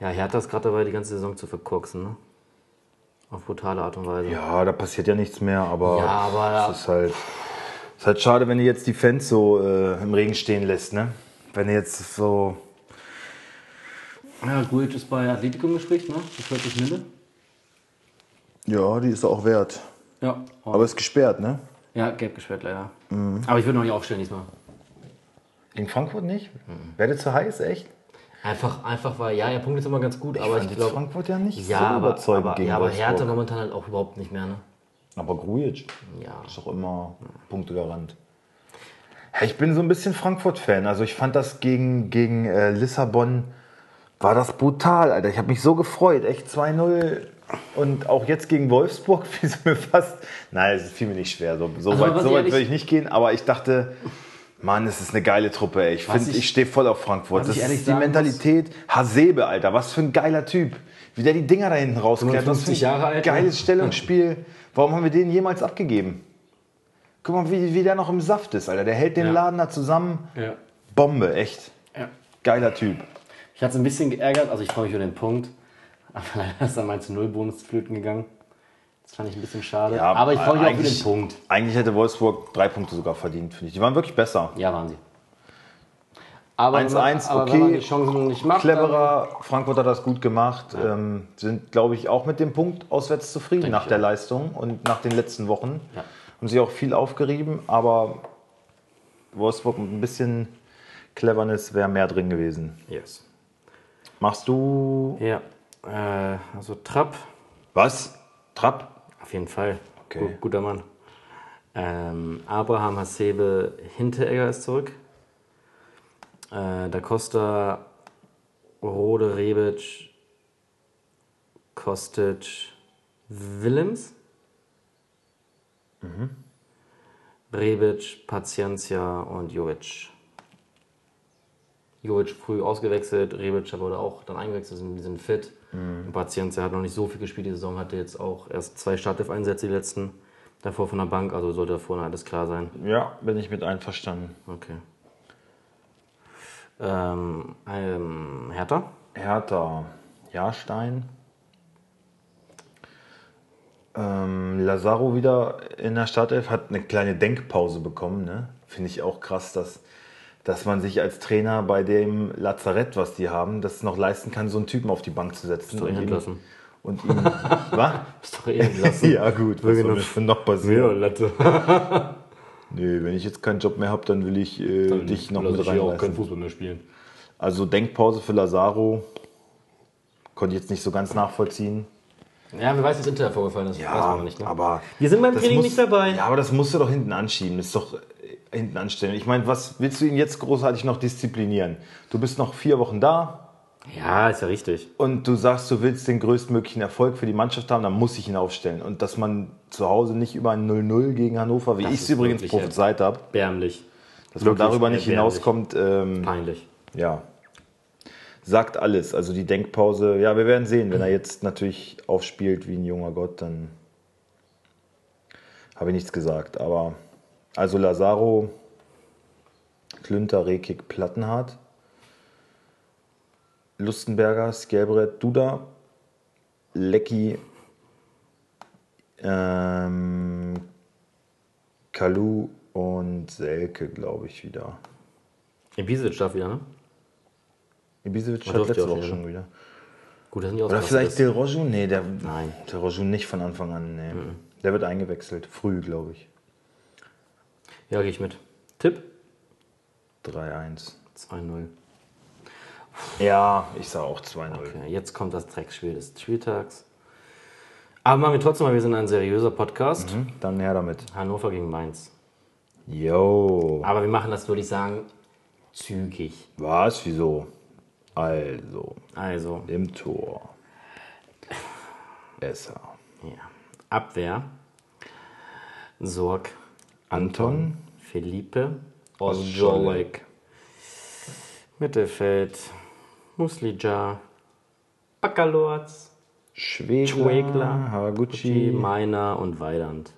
S2: Ja, Hertha ist gerade dabei, die ganze Saison zu verkurksen, ne? Auf brutale Art und Weise.
S1: Ja, da passiert ja nichts mehr, aber,
S2: Ja, aber-
S1: es ist halt, es ist halt schade, wenn du jetzt die Fans so äh, im Regen stehen lässt, ne? Wenn du jetzt so.
S3: Ja, Guic ist bei Atletico im Gespräch, ne? Die 40 Mille.
S1: Ja, die ist auch wert.
S3: Ja. Oh.
S1: Aber ist gesperrt, ne?
S3: Ja, gelb gesperrt leider.
S2: Mhm.
S3: Aber ich würde noch nicht aufstellen diesmal.
S1: Gegen Frankfurt nicht? Werde zu heiß, echt?
S2: Einfach, einfach weil, ja, er punktet immer ganz gut, aber ich
S1: Fand jetzt
S2: glaube.
S1: Frankfurt ja nicht
S2: Ja,
S1: so
S2: aber,
S1: überzeugend
S2: aber,
S1: gegen
S2: ja, aber
S1: Wolfsburg.
S2: Hertha momentan halt auch überhaupt nicht mehr, ne?
S1: Aber Grujic
S2: Ja.
S1: ist doch immer Punktegarant. Ja, ich bin so ein bisschen Frankfurt-Fan. Also ich fand das gegen, gegen äh, Lissabon war das brutal, Alter. Ich habe mich so gefreut. Echt 2-0. Und auch jetzt gegen Wolfsburg fiel es mir fast. Nein, es fiel mir nicht schwer. So, so
S3: Also,
S1: weit,
S3: was
S1: so
S3: ich
S1: weit
S3: ehrlich-
S1: würde ich nicht gehen. Aber ich dachte, Mann, es ist eine geile Truppe. Ey. Ich
S3: Was
S1: finde,
S3: ich-
S1: ich, stehe voll auf Frankfurt.
S3: was
S1: Das
S3: ich ehrlich
S1: ist die
S3: sagen muss-
S1: Mentalität. Hasebe, Alter, was für ein geiler Typ. Wie der die Dinger da hinten rausklärt. Was für
S2: 55 Jahre
S1: ein
S2: alt,
S1: geiles
S2: ne?
S1: Stellungsspiel. Warum haben wir den jemals abgegeben? Guck mal, wie, wie der noch im Saft ist, Alter. Der hält den
S3: Ja.
S1: Laden da zusammen.
S3: Ja.
S1: Bombe, echt.
S3: ja.
S1: Geiler Typ.
S3: Ich hatte es ein bisschen geärgert, also ich freue mich über den Punkt. Aber leider ist dann mein zu null Bonus flöten gegangen. Das fand ich ein bisschen schade.
S1: Ja,
S3: aber ich freue mich auch über
S1: eigentlich-
S3: den Punkt.
S1: Eigentlich hätte Wolfsburg drei Punkte sogar verdient, finde ich. Die waren wirklich besser.
S3: Ja, waren sie. Aber,
S1: 1-1,
S3: aber
S1: okay.
S3: wenn man die Chancen nicht macht,
S1: Cleverer, Frankfurt hat das gut gemacht, ähm, sind, glaube ich, auch mit dem Punkt auswärts zufrieden
S3: Denke
S1: nach
S3: ich
S1: der
S3: auch.
S1: Leistung und nach den letzten Wochen.
S3: Ja.
S1: Haben sie auch viel aufgerieben, aber Wolfsburg mit ein bisschen Cleverness wäre mehr drin gewesen.
S2: Yes.
S1: Machst du
S2: Ja. Äh, also Trapp,
S1: was? Trapp?
S2: auf jeden Fall.
S1: Okay.
S2: Gu- guter Mann. Ähm, Abraham Hasebe Hinteregger ist zurück. Äh, da Costa, Rode Rebic, Kostic, Willems. Rebic, Paciencia und Jovic. Jovic früh ausgewechselt, Rebic wurde auch dann eingewechselt, sind, sind fit. Mhm. Paciencia hat noch nicht so viel gespielt die Saison, hatte jetzt auch erst zwei Startelf-Einsätze die letzten. Davor von der Bank, also sollte da vorne alles klar sein.
S1: Ja, bin ich mit einverstanden.
S2: Okay. Ähm, ähm, Hertha?
S1: Hertha, Jahrstein. Ähm, Lazaro wieder in der Startelf hat eine kleine Denkpause bekommen. Ne? Finde ich auch krass, dass, dass man sich als Trainer bei dem Lazarett, was die haben, das noch leisten kann, so einen Typen auf die Bank zu setzen.
S2: du
S1: und ihn,
S2: entlassen?
S1: und ihn, was?
S2: Ist doch eh entlassen.
S1: Ja gut, was soll das denn noch passieren?
S2: Latte.
S1: Nee, wenn ich jetzt keinen Job mehr habe, dann will ich äh, dich noch mit reinlassen.
S2: Fußball mehr spielen.
S1: Also Denkpause für Lazaro konnte ich jetzt nicht so ganz nachvollziehen.
S2: Ja, wir weiß, was Inter vorgefallen ist. weiß man noch nicht, ne?
S1: aber
S2: Wir sind beim
S1: das
S2: Training
S1: muss-
S2: nicht dabei.
S1: Ja, aber das musst du doch hinten anschieben. Das ist doch äh, hinten anstellen. Ich meine, was willst du ihn jetzt großartig noch disziplinieren? Du bist noch vier Wochen da
S2: Ja, ist ja richtig.
S1: und du sagst, du willst den größtmöglichen Erfolg für die Mannschaft haben, dann muss ich ihn aufstellen. Und dass man zu Hause nicht über ein 0-0 gegen Hannover, wie ich es
S2: ist
S1: übrigens
S2: wirklich
S1: prophezeit habe,
S2: Bärmlich.
S1: dass man
S2: wirklich
S1: darüber nicht
S2: erbärmlich.
S1: hinauskommt, ähm,
S2: Peinlich.
S1: ja. Sagt alles. Also die Denkpause, ja, wir werden sehen. Wenn er jetzt natürlich aufspielt wie ein junger Gott, dann habe ich nichts gesagt. Aber also Lazaro, Klünter, Rekik, Plattenhardt, Lustenberger, Skelbrett, Duda, Lecky, ähm, Kalu und Selke, glaube ich, wieder.
S2: Ibisevic darf wieder, ne?
S1: Ibisevic
S2: durfte
S1: hat letzte
S2: auch
S1: Woche
S2: schon,
S1: schon wieder.
S2: Gut, das sind die
S1: Oder
S2: Ausgaben.
S1: vielleicht Del Rojo? Nee, der,
S2: Nein. Mhm.
S1: Del Rojo nicht von Anfang an. Nee. Der wird eingewechselt. Früh, glaube ich.
S2: Ja, gehe ich mit. Tipp?
S1: 3-1.
S2: 2-0.
S1: Ja, ich sah auch 2-0.
S2: Okay, jetzt kommt das Drecksspiel des Spieltags. Aber machen wir trotzdem mal, wir sind ein seriöser Podcast.
S1: Hm? Dann her damit.
S2: Hannover gegen Mainz.
S1: Yo.
S2: Aber wir machen das, würde ich sagen, zügig.
S1: Was? Wieso? Also,
S2: Also,
S1: im Tor. Esser.
S2: ja. Abwehr. Sorg.
S1: Anton.
S2: Felipe. Osjolek. Mittelfeld. Muslija. Bakalorz.
S1: Schwegler.
S2: Schwegler,
S1: Haraguchi.
S2: Meiner und Weidand.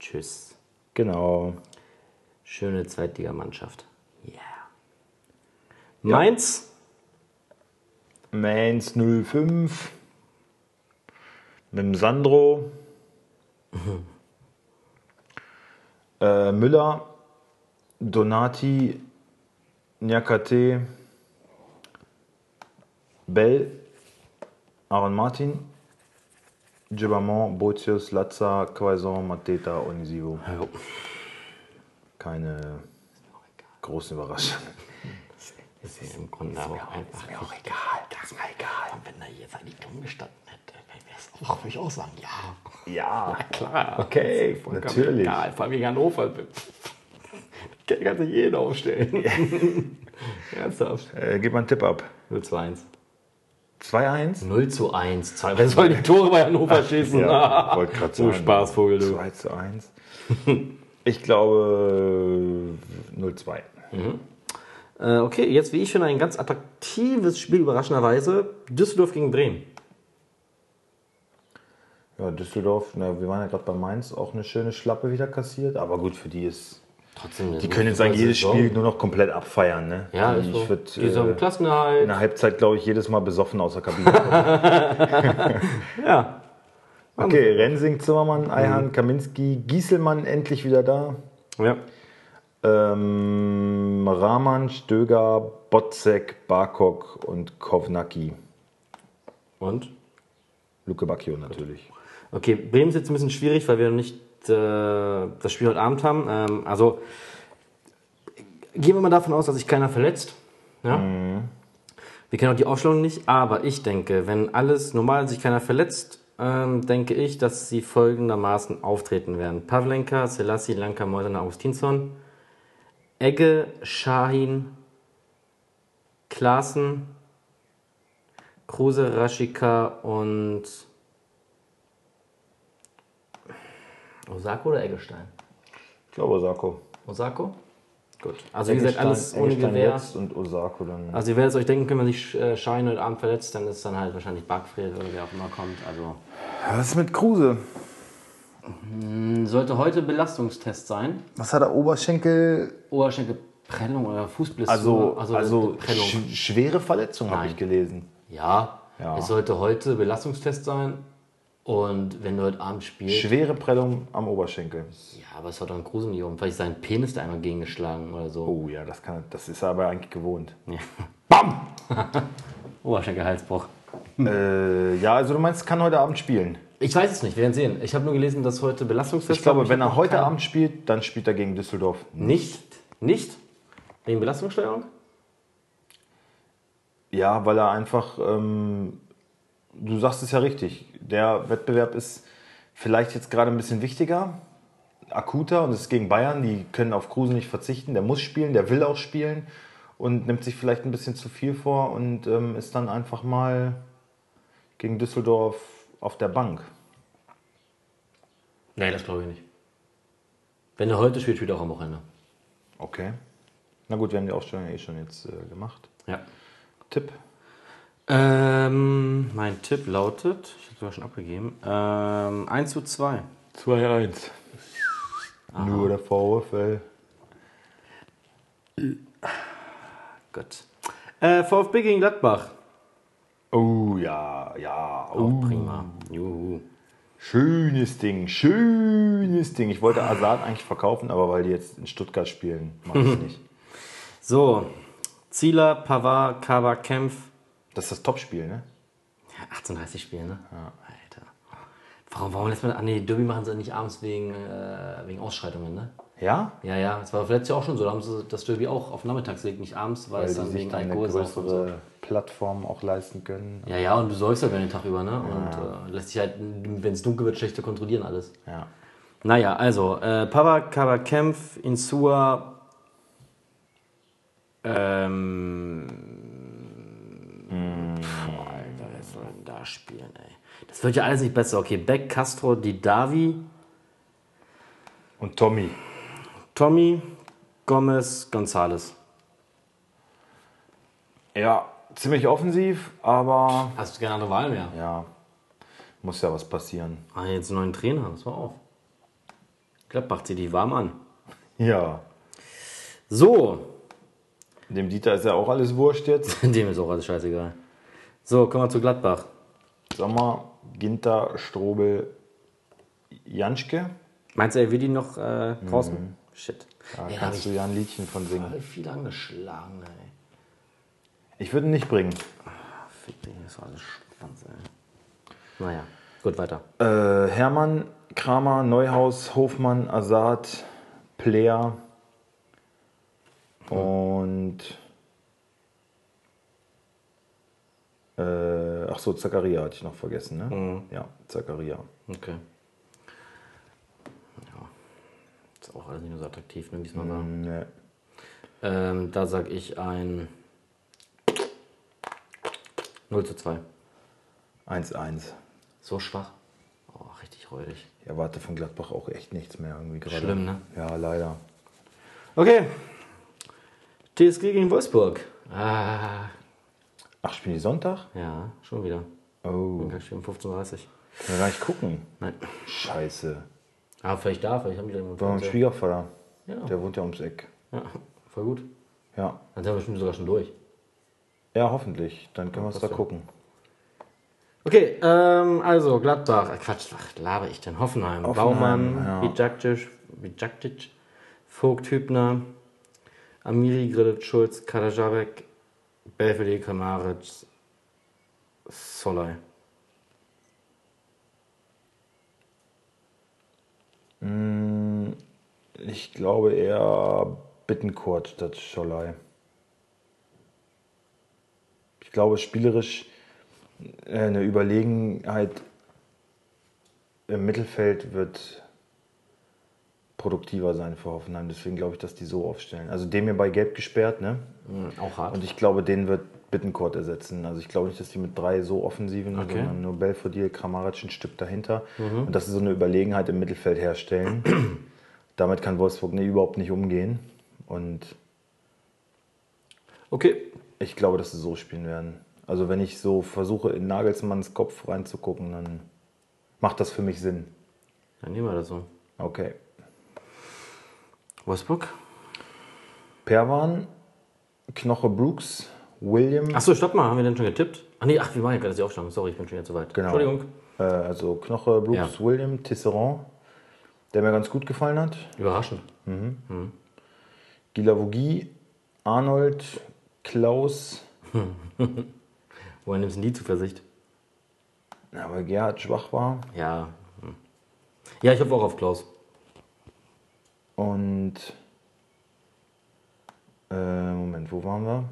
S2: Tschüss.
S1: Genau.
S2: Schöne Zweitligamannschaft. Yeah. Mainz?
S1: Mainz 05. Mit dem Sandro. äh, Müller. Donati. Nyakate. Bell. Aaron Martin. Gibamon, Botius, Latza, Quaison, Mateta, Onisivo. Keine großen Überraschungen.
S2: Das ist im Grunde aber auch einfach.
S4: Ist mir auch egal, das ist mir egal. Und wenn da jetzt eigentlich dumm gestanden hätte, dann wäre es auch, würde ich auch sagen, ja.
S1: Ja,
S4: Klar.
S1: okay,
S4: Vollkommen
S1: natürlich.
S4: Egal, vor allem gegen Hannover.
S2: Kann kannst nicht jeden aufstellen. Ernsthaft.
S1: Äh, gib mal einen Tipp ab.
S2: 0 zu 1.
S1: 2-1?
S2: 0 zu 1. Zwei- Wer soll die Tore bei Hannover schießen? Ah.
S1: Ja, wollte gerade
S2: Du
S1: sagen.
S2: Spaßvogel, du.
S1: 2 zu 1. Ich glaube 0-2.
S2: Äh, okay, jetzt wie ich finde, ein ganz attraktives Spiel, überraschenderweise. Düsseldorf gegen Bremen.
S1: Ja, Düsseldorf, na, wir waren ja gerade bei Mainz, auch eine schöne Schlappe wieder kassiert. Aber gut, für die ist.
S2: Trotzdem.
S1: Die können jetzt eigentlich jedes Spiel nur noch komplett abfeiern, ne?
S2: Ja, ist
S1: ich
S2: so.
S1: würd,
S2: die
S1: äh,
S2: sagen Klassenerhalt.
S1: in der Halbzeit, glaube ich, jedes Mal besoffen aus der Kabine kommen.
S2: Ja. Mhm.
S1: Okay, Rensing, Zimmermann, Eihan, Kaminski, Gieselmann endlich wieder da.
S2: ja.
S1: Ähm, Rahman, Stöger, Botzek, Barkok und Kovnacki.
S2: Und?
S1: Luke Bacchio natürlich.
S2: Okay, Bremen ist jetzt ein bisschen schwierig, weil wir noch nicht äh, das Spiel heute Abend haben. Ähm, also gehen wir mal davon aus, dass sich keiner verletzt. Ja? Wir kennen auch die Aufstellung nicht, aber ich denke, wenn alles normal sich keiner verletzt, ähm, denke ich, dass sie folgendermaßen auftreten werden. Pavlenka, Selassie, Lanka, Meusener, Augustinsson, Egge, Shahin, Klaassen, Kruse, Raschika und Osako oder Eggestein?
S1: Ich glaube Osako.
S2: Osako? Gut. Also wie gesagt, alles
S1: Eggestein-
S2: ohne
S1: Eggestein
S2: Gewehr.
S1: jetzt und Osako dann.
S2: Also ihr werdet es euch denken können, wenn sich äh, Schein heute Abend verletzt, dann ist dann halt wahrscheinlich Barkfried oder wer auch immer kommt. Also
S1: Was ist mit Kruse?
S3: Sollte heute Belastungstest sein.
S1: Was hat er Oberschenkel?
S3: Oberschenkelprellung oder Fußblessur.
S1: Also, also,
S2: eine Prellung.
S1: sch schwere Verletzung habe
S2: Nein.
S1: ich gelesen.
S2: Ja,
S1: Ja.
S2: es sollte heute Belastungstest sein. Und wenn du heute Abend spielst,
S1: Schwere Prellung am Oberschenkel.
S2: ja, aber es hat dann Kruse nicht um. Vielleicht seinen Penis da einmal gegengeschlagen oder so.
S1: Oh ja, das, kann, das ist er aber eigentlich gewohnt.
S2: Bam!
S3: Oberschenkelhalsbruch.
S1: Äh, ja, also du meinst, kann heute Abend spielen.
S2: Ich weiß es nicht, wir werden sehen. Ich habe nur gelesen, dass heute Belastungstest
S1: Ich glaube,
S2: war.
S1: wenn er heute Abend spielt, dann spielt er gegen Düsseldorf.
S2: Nicht? Nicht? Wegen Belastungssteuerung?
S1: Ja, weil er einfach, ähm, du sagst es ja richtig, der Wettbewerb ist vielleicht jetzt gerade ein bisschen wichtiger, akuter und es ist gegen Bayern, die können auf Kruse nicht verzichten, der muss spielen, der will auch spielen und nimmt sich vielleicht ein bisschen zu viel vor und ähm, ist dann einfach mal gegen Düsseldorf auf der Bank.
S2: Nee, das glaube ich nicht. Wenn er heute spielt, spielt er auch am Wochenende.
S1: Okay. Na gut, wir haben die Aufstellung ja eh schon jetzt äh, gemacht.
S2: Ja.
S1: Tipp.
S2: Ähm, mein Tipp lautet, ich habe sogar schon abgegeben, ähm, 1 zu 2.
S1: 2-1. Nur der VfL.
S2: Gut. Äh, VfB gegen Gladbach.
S1: Oh ja, ja. Oh,
S2: Prima. Juhu.
S1: Schönes Ding, schönes Ding. Ich wollte Asad eigentlich verkaufen, aber weil die jetzt in Stuttgart spielen, mache ich nicht.
S2: So, Zieler, Pavard, Kaba, Kempf.
S1: Das ist das Topspiel, ne?
S2: 18.30 Spiel, ne? Alter. Warum, warum lässt man. Ah, nee, Derby machen sie nicht abends wegen, äh, wegen Ausschreitungen, ne?
S1: Ja?
S2: Ja, ja, es war letztes Jahr auch schon so. Da haben sie das Derby auch auf Nachmittags gelegt, nicht abends, weil,
S1: Weil
S2: es
S1: sie
S2: dann
S1: sich
S2: wegen
S1: dann eine
S2: Alkohol ist. und so.
S1: größere Plattform auch leisten können.
S2: Ja, ja, und du säufst halt den Tag über, ne? Und äh, lässt sich halt, wenn es dunkel wird, schlechter kontrollieren alles.
S1: Ja.
S2: Naja, also, äh, Pava, Kaba, Kempf, Insua, ähm, pf, Alter, wer soll denn da spielen, ey? Das wird ja alles nicht besser. Okay, Beck, Castro, Didavi,
S1: Und Tommy.
S2: Tommy, Gomez, Gonzales.
S1: Ja, ziemlich offensiv, aber
S2: Hast du keine andere Wahl mehr?
S1: ja, muss ja was passieren.
S2: Ah, jetzt einen neuen Trainer, das war auf. Gladbach zieht dich warm an.
S1: Ja.
S2: So,
S1: Dem Dieter ist ja auch alles wurscht jetzt.
S2: Dem ist auch alles scheißegal. So, kommen wir zu Gladbach.
S1: Sommer, Ginter, Strobel, Janschke.
S2: Meinst du, er will die noch äh, draußen? Shit.
S1: Da
S2: Ja,
S1: kannst du Mhm. ja ein Liedchen von singen.
S2: Voll viel angeschlagen, ey.
S1: Ich würde ihn nicht bringen.
S2: Fick dich, das war alles Schwanz, ey. Naja, gut, weiter.
S1: Äh, Hermann, Kramer, Neuhaus, Hofmann, Assad, Player und äh, ach so, Zakaria hatte ich noch vergessen, ne?
S2: Mhm.
S1: Ja, Zakaria.
S2: Okay. Ja. Ist auch auch alles nicht mehr so attraktiv, ne, wie es mal war.
S1: Nee.
S2: Ähm, da sag ich ein 0 zu 2.
S1: 1-1.
S2: So schwach. Oh, richtig räudig.
S1: Ich erwarte von Gladbach auch echt nichts mehr irgendwie gerade.
S2: Schlimm, ne?
S1: Ja, leider.
S2: Okay. TSG gegen Wolfsburg. Ah,
S1: Ach, spielen die Sonntag?
S2: ja, schon wieder.
S1: Oh,
S2: Dann spielen um 15.30 Uhr.
S1: ich kann gar nicht gucken.
S2: Nein.
S1: Scheiße.
S2: Ah, vielleicht da, vielleicht haben die da irgendwo.
S1: Bei meinem
S2: Fernseher.
S1: Schwiegervater.
S2: Ja.
S1: Der wohnt ja ums Eck.
S2: Ja, voll gut.
S1: Ja.
S2: Dann sind wir bestimmt sogar schon durch.
S1: Ja, hoffentlich. Dann können wir es da
S2: ja.
S1: gucken.
S2: Okay, ähm, also Gladbach, äh, Quatsch, ach, laber ich denn? Hoffenheim,
S1: Hoffenheim,
S2: Baumann,
S1: ja.
S2: Bijaktic, Bijaktic, Vogt, Hübner, Amiri, Grillet, Schulz, Kadajabek, Belfele, Kamaric, Solai.
S1: Ich glaube eher Bittenkurt statt Scholei. Ich glaube, spielerisch äh, eine Überlegenheit im Mittelfeld wird produktiver sein für Hoffenheim. Deswegen glaube ich, dass die so aufstellen. Also dem hier bei Gelb gesperrt, ne?
S2: Mhm, Auch hart.
S1: Und ich glaube, den wird Bittencourt ersetzen. Also ich glaube nicht, dass die mit drei so offensiven,
S2: Okay. Mhm.
S1: sondern nur Belfodil, Kramaric ein Stück dahinter. Und dass sie so eine Überlegenheit im Mittelfeld herstellen. Damit kann Wolfsburg nee, überhaupt nicht umgehen. Und
S2: Okay.
S1: ich glaube, dass sie so spielen werden. Also wenn ich so versuche, in Nagelsmanns Kopf reinzugucken, dann macht das für mich Sinn.
S2: Dann nehmen wir das so.
S1: Okay.
S2: Wolfsburg?
S1: Perwan, Knoche Brooks, William,
S2: Achso, stopp mal, haben wir denn schon getippt? Ach nee, ach, wir machen ja gerade die Aufstellung. Sorry, ich bin schon wieder zu weit.
S1: Genau.
S2: Entschuldigung.
S1: äh, also Knoche Brooks,
S2: Ja.
S1: William, Tisserand, der mir ganz gut gefallen hat.
S2: Überraschend.
S1: Gilavogi, Arnold, Klaus,
S2: Woher nimmst du denn die Zuversicht?
S1: na, weil Gerhard schwach war.
S2: Ja. hm. Ja, ich hoffe auch auf Klaus.
S1: Und äh, Moment, wo waren wir?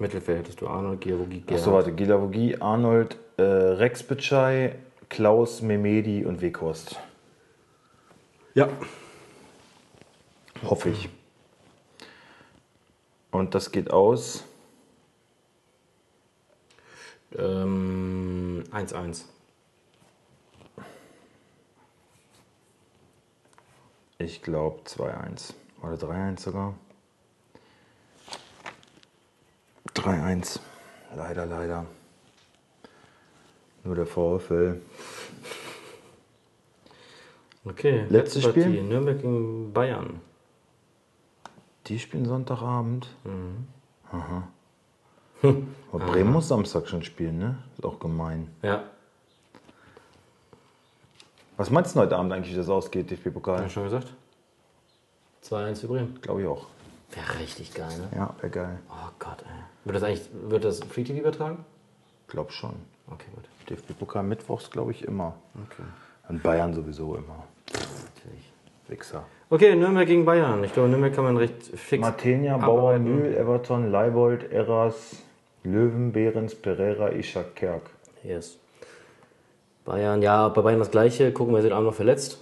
S2: Mittelfeld hättest du Arnold, Georgi, Gerhard.
S1: Achso, warte, Gilavogi, Arnold, äh, Rex Bitschei, Klaus, Memedi und Wekhorst.
S2: Ja.
S1: Hoffe ich. Und das geht aus.
S2: Ähm, 1-1.
S1: Ich glaube 2-1. Oder 3-1 sogar. 3-1. Leider, leider. Nur der VfL.
S2: Okay.
S1: Letztes
S2: Partie.
S1: Spiel?
S2: Nürnberg gegen Bayern.
S1: Die spielen Sonntagabend.
S2: Mhm.
S1: Aha. Aber Bremen muss Samstag schon spielen, ne? Ist auch gemein.
S2: Ja.
S1: Was meinst du denn heute Abend eigentlich, wie das ausgeht,
S2: Hab
S1: DFB-Pokal?
S2: ich schon gesagt? 2-1 für Bremen.
S1: Glaube ich auch.
S2: Wäre richtig geil, ne?
S1: Ja, wäre geil.
S2: Oh Gott, ey. Wird das eigentlich, wird das Free TV übertragen?
S1: Glaub schon.
S2: Okay, gut.
S1: DFB-Pokal mittwochs, glaube ich, immer.
S2: Okay.
S1: Und Bayern sowieso immer.
S2: Natürlich.
S1: Wichser.
S2: Okay, Nürnberg gegen Bayern. Ich glaube, Nürnberg kann man recht fix.
S1: Martenia, Bauer,
S2: abarbeiten.
S1: Mühl, Everton, Leibold, Erras, Löwen, Behrens, Pereira, Ishak, Kerk.
S2: Yes. Bayern, ja, bei Bayern das gleiche. Gucken, wer sich Abend noch verletzt.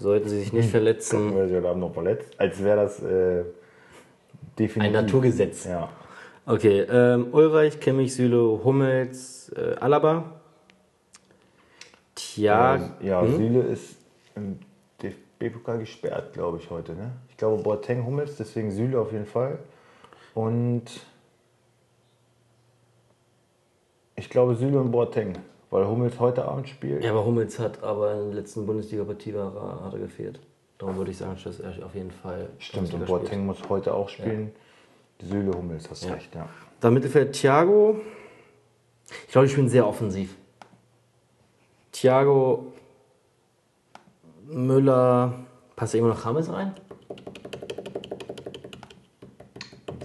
S2: Sollten sie sich
S1: Hm.
S2: nicht verletzen.
S1: Wer ist heute Abend noch verletzt? Als wäre das äh, definitiv.
S2: Ein Naturgesetz.
S1: Ja.
S2: Okay, ähm, Ulreich, Kimmich, Süle, Hummels, äh, Alaba. Tja,
S1: Ähm, Ja, Süle ist im DFB-Pokal gesperrt, glaube ich, heute. Ne? Ich glaube, Boateng, Hummels, deswegen Süle auf jeden Fall. Und ich glaube, Süle und Boateng, weil Hummels heute Abend spielt.
S2: ja, aber Hummels hat aber in der letzten Bundesliga-Partie war er- hat er gefehlt. Darum würde ich sagen, dass er auf jeden Fall.
S1: Stimmt, und
S2: Bundesliga spielt.
S1: Boateng muss heute auch spielen. Süle, Hummels, hast recht, ja.
S2: Dann Mittelfeld Thiago. Ich glaube, ich bin sehr offensiv. Thiago, Müller. Passt da irgendwo noch Rames rein?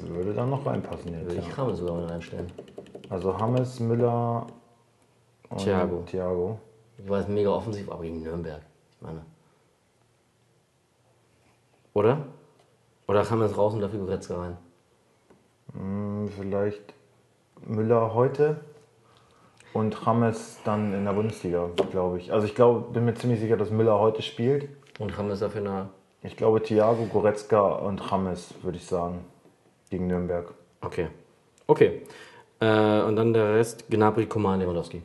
S1: Würde dann noch reinpassen jetzt.
S2: Würde
S1: Ja.
S2: ich Rames sogar mal reinstellen.
S1: Also Hammes, Müller
S2: Oh,
S1: und
S2: Thiago.
S1: Thiago.
S2: Ich weiß, mega offensiv, aber gegen Nürnberg. Ich meine. Oder? Oder Rames raus und dafür Goretzka rein?
S1: Hm, Vielleicht Müller heute und Hammes dann in der Bundesliga, glaube ich. Also ich glaube, bin mir ziemlich sicher, dass Müller heute spielt.
S2: Und Ramm ist dafür eine.
S1: Ich glaube, Thiago, Goretzka und Rames, würde ich sagen, gegen Nürnberg.
S2: Okay. Okay. Äh, und dann der Rest: Gnabry, Koman, Lewandowski.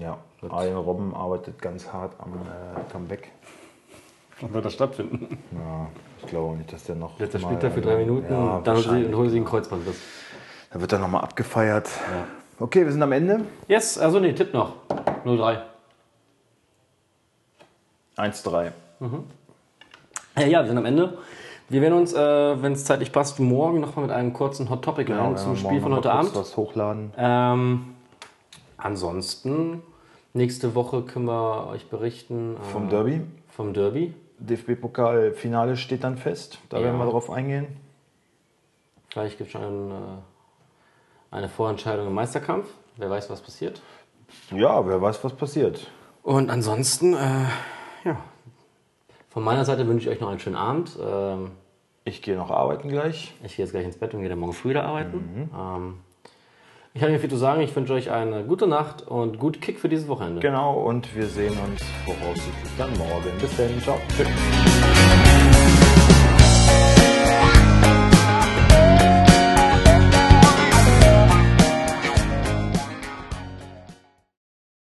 S1: Ja, Arjen Robben arbeitet ganz hart am äh, Comeback.
S3: Und wird das stattfinden?
S1: Ja, ich glaube auch nicht, dass der noch.
S2: Letzter
S1: mal- äh,
S2: Spieltag für drei Minuten,
S1: Ja,
S2: dann holen sie,
S1: wahrscheinlich.
S2: dann holen sie einen Kreuzbandriss.
S1: Da wird er nochmal abgefeiert. Okay, wir sind am Ende.
S3: Yes, also nee, Tipp noch. 0-3.
S1: 1-3.
S3: Ja, Äh, ja, wir sind am Ende. Wir werden uns, äh, wenn es zeitlich passt, morgen nochmal mit einem kurzen Hot Topic rein zum Spiel von heute Abend.
S1: was hochladen.
S3: Ähm, ansonsten, nächste Woche können wir euch berichten äh,
S1: Vom Derby.
S3: vom Derby.
S1: DFB-Pokal-Finale steht dann fest. Da
S3: Ja.
S1: werden wir drauf eingehen.
S2: Vielleicht gibt es schon einen, äh, eine Vorentscheidung im Meisterkampf. Wer weiß, was passiert.
S1: Ja, wer weiß, was passiert.
S2: Und ansonsten, äh, ja. Von meiner Seite wünsche ich euch noch einen schönen Abend. Ähm,
S1: Ich gehe noch arbeiten gleich.
S2: ich gehe jetzt gleich ins Bett und gehe dann morgen früh wieder arbeiten. Ähm, ich habe nicht viel zu sagen. Ich wünsche euch eine gute Nacht und gut Kick für dieses Wochenende.
S1: Genau, und wir sehen uns voraussichtlich dann morgen. Bis dann, ciao. Tschüss.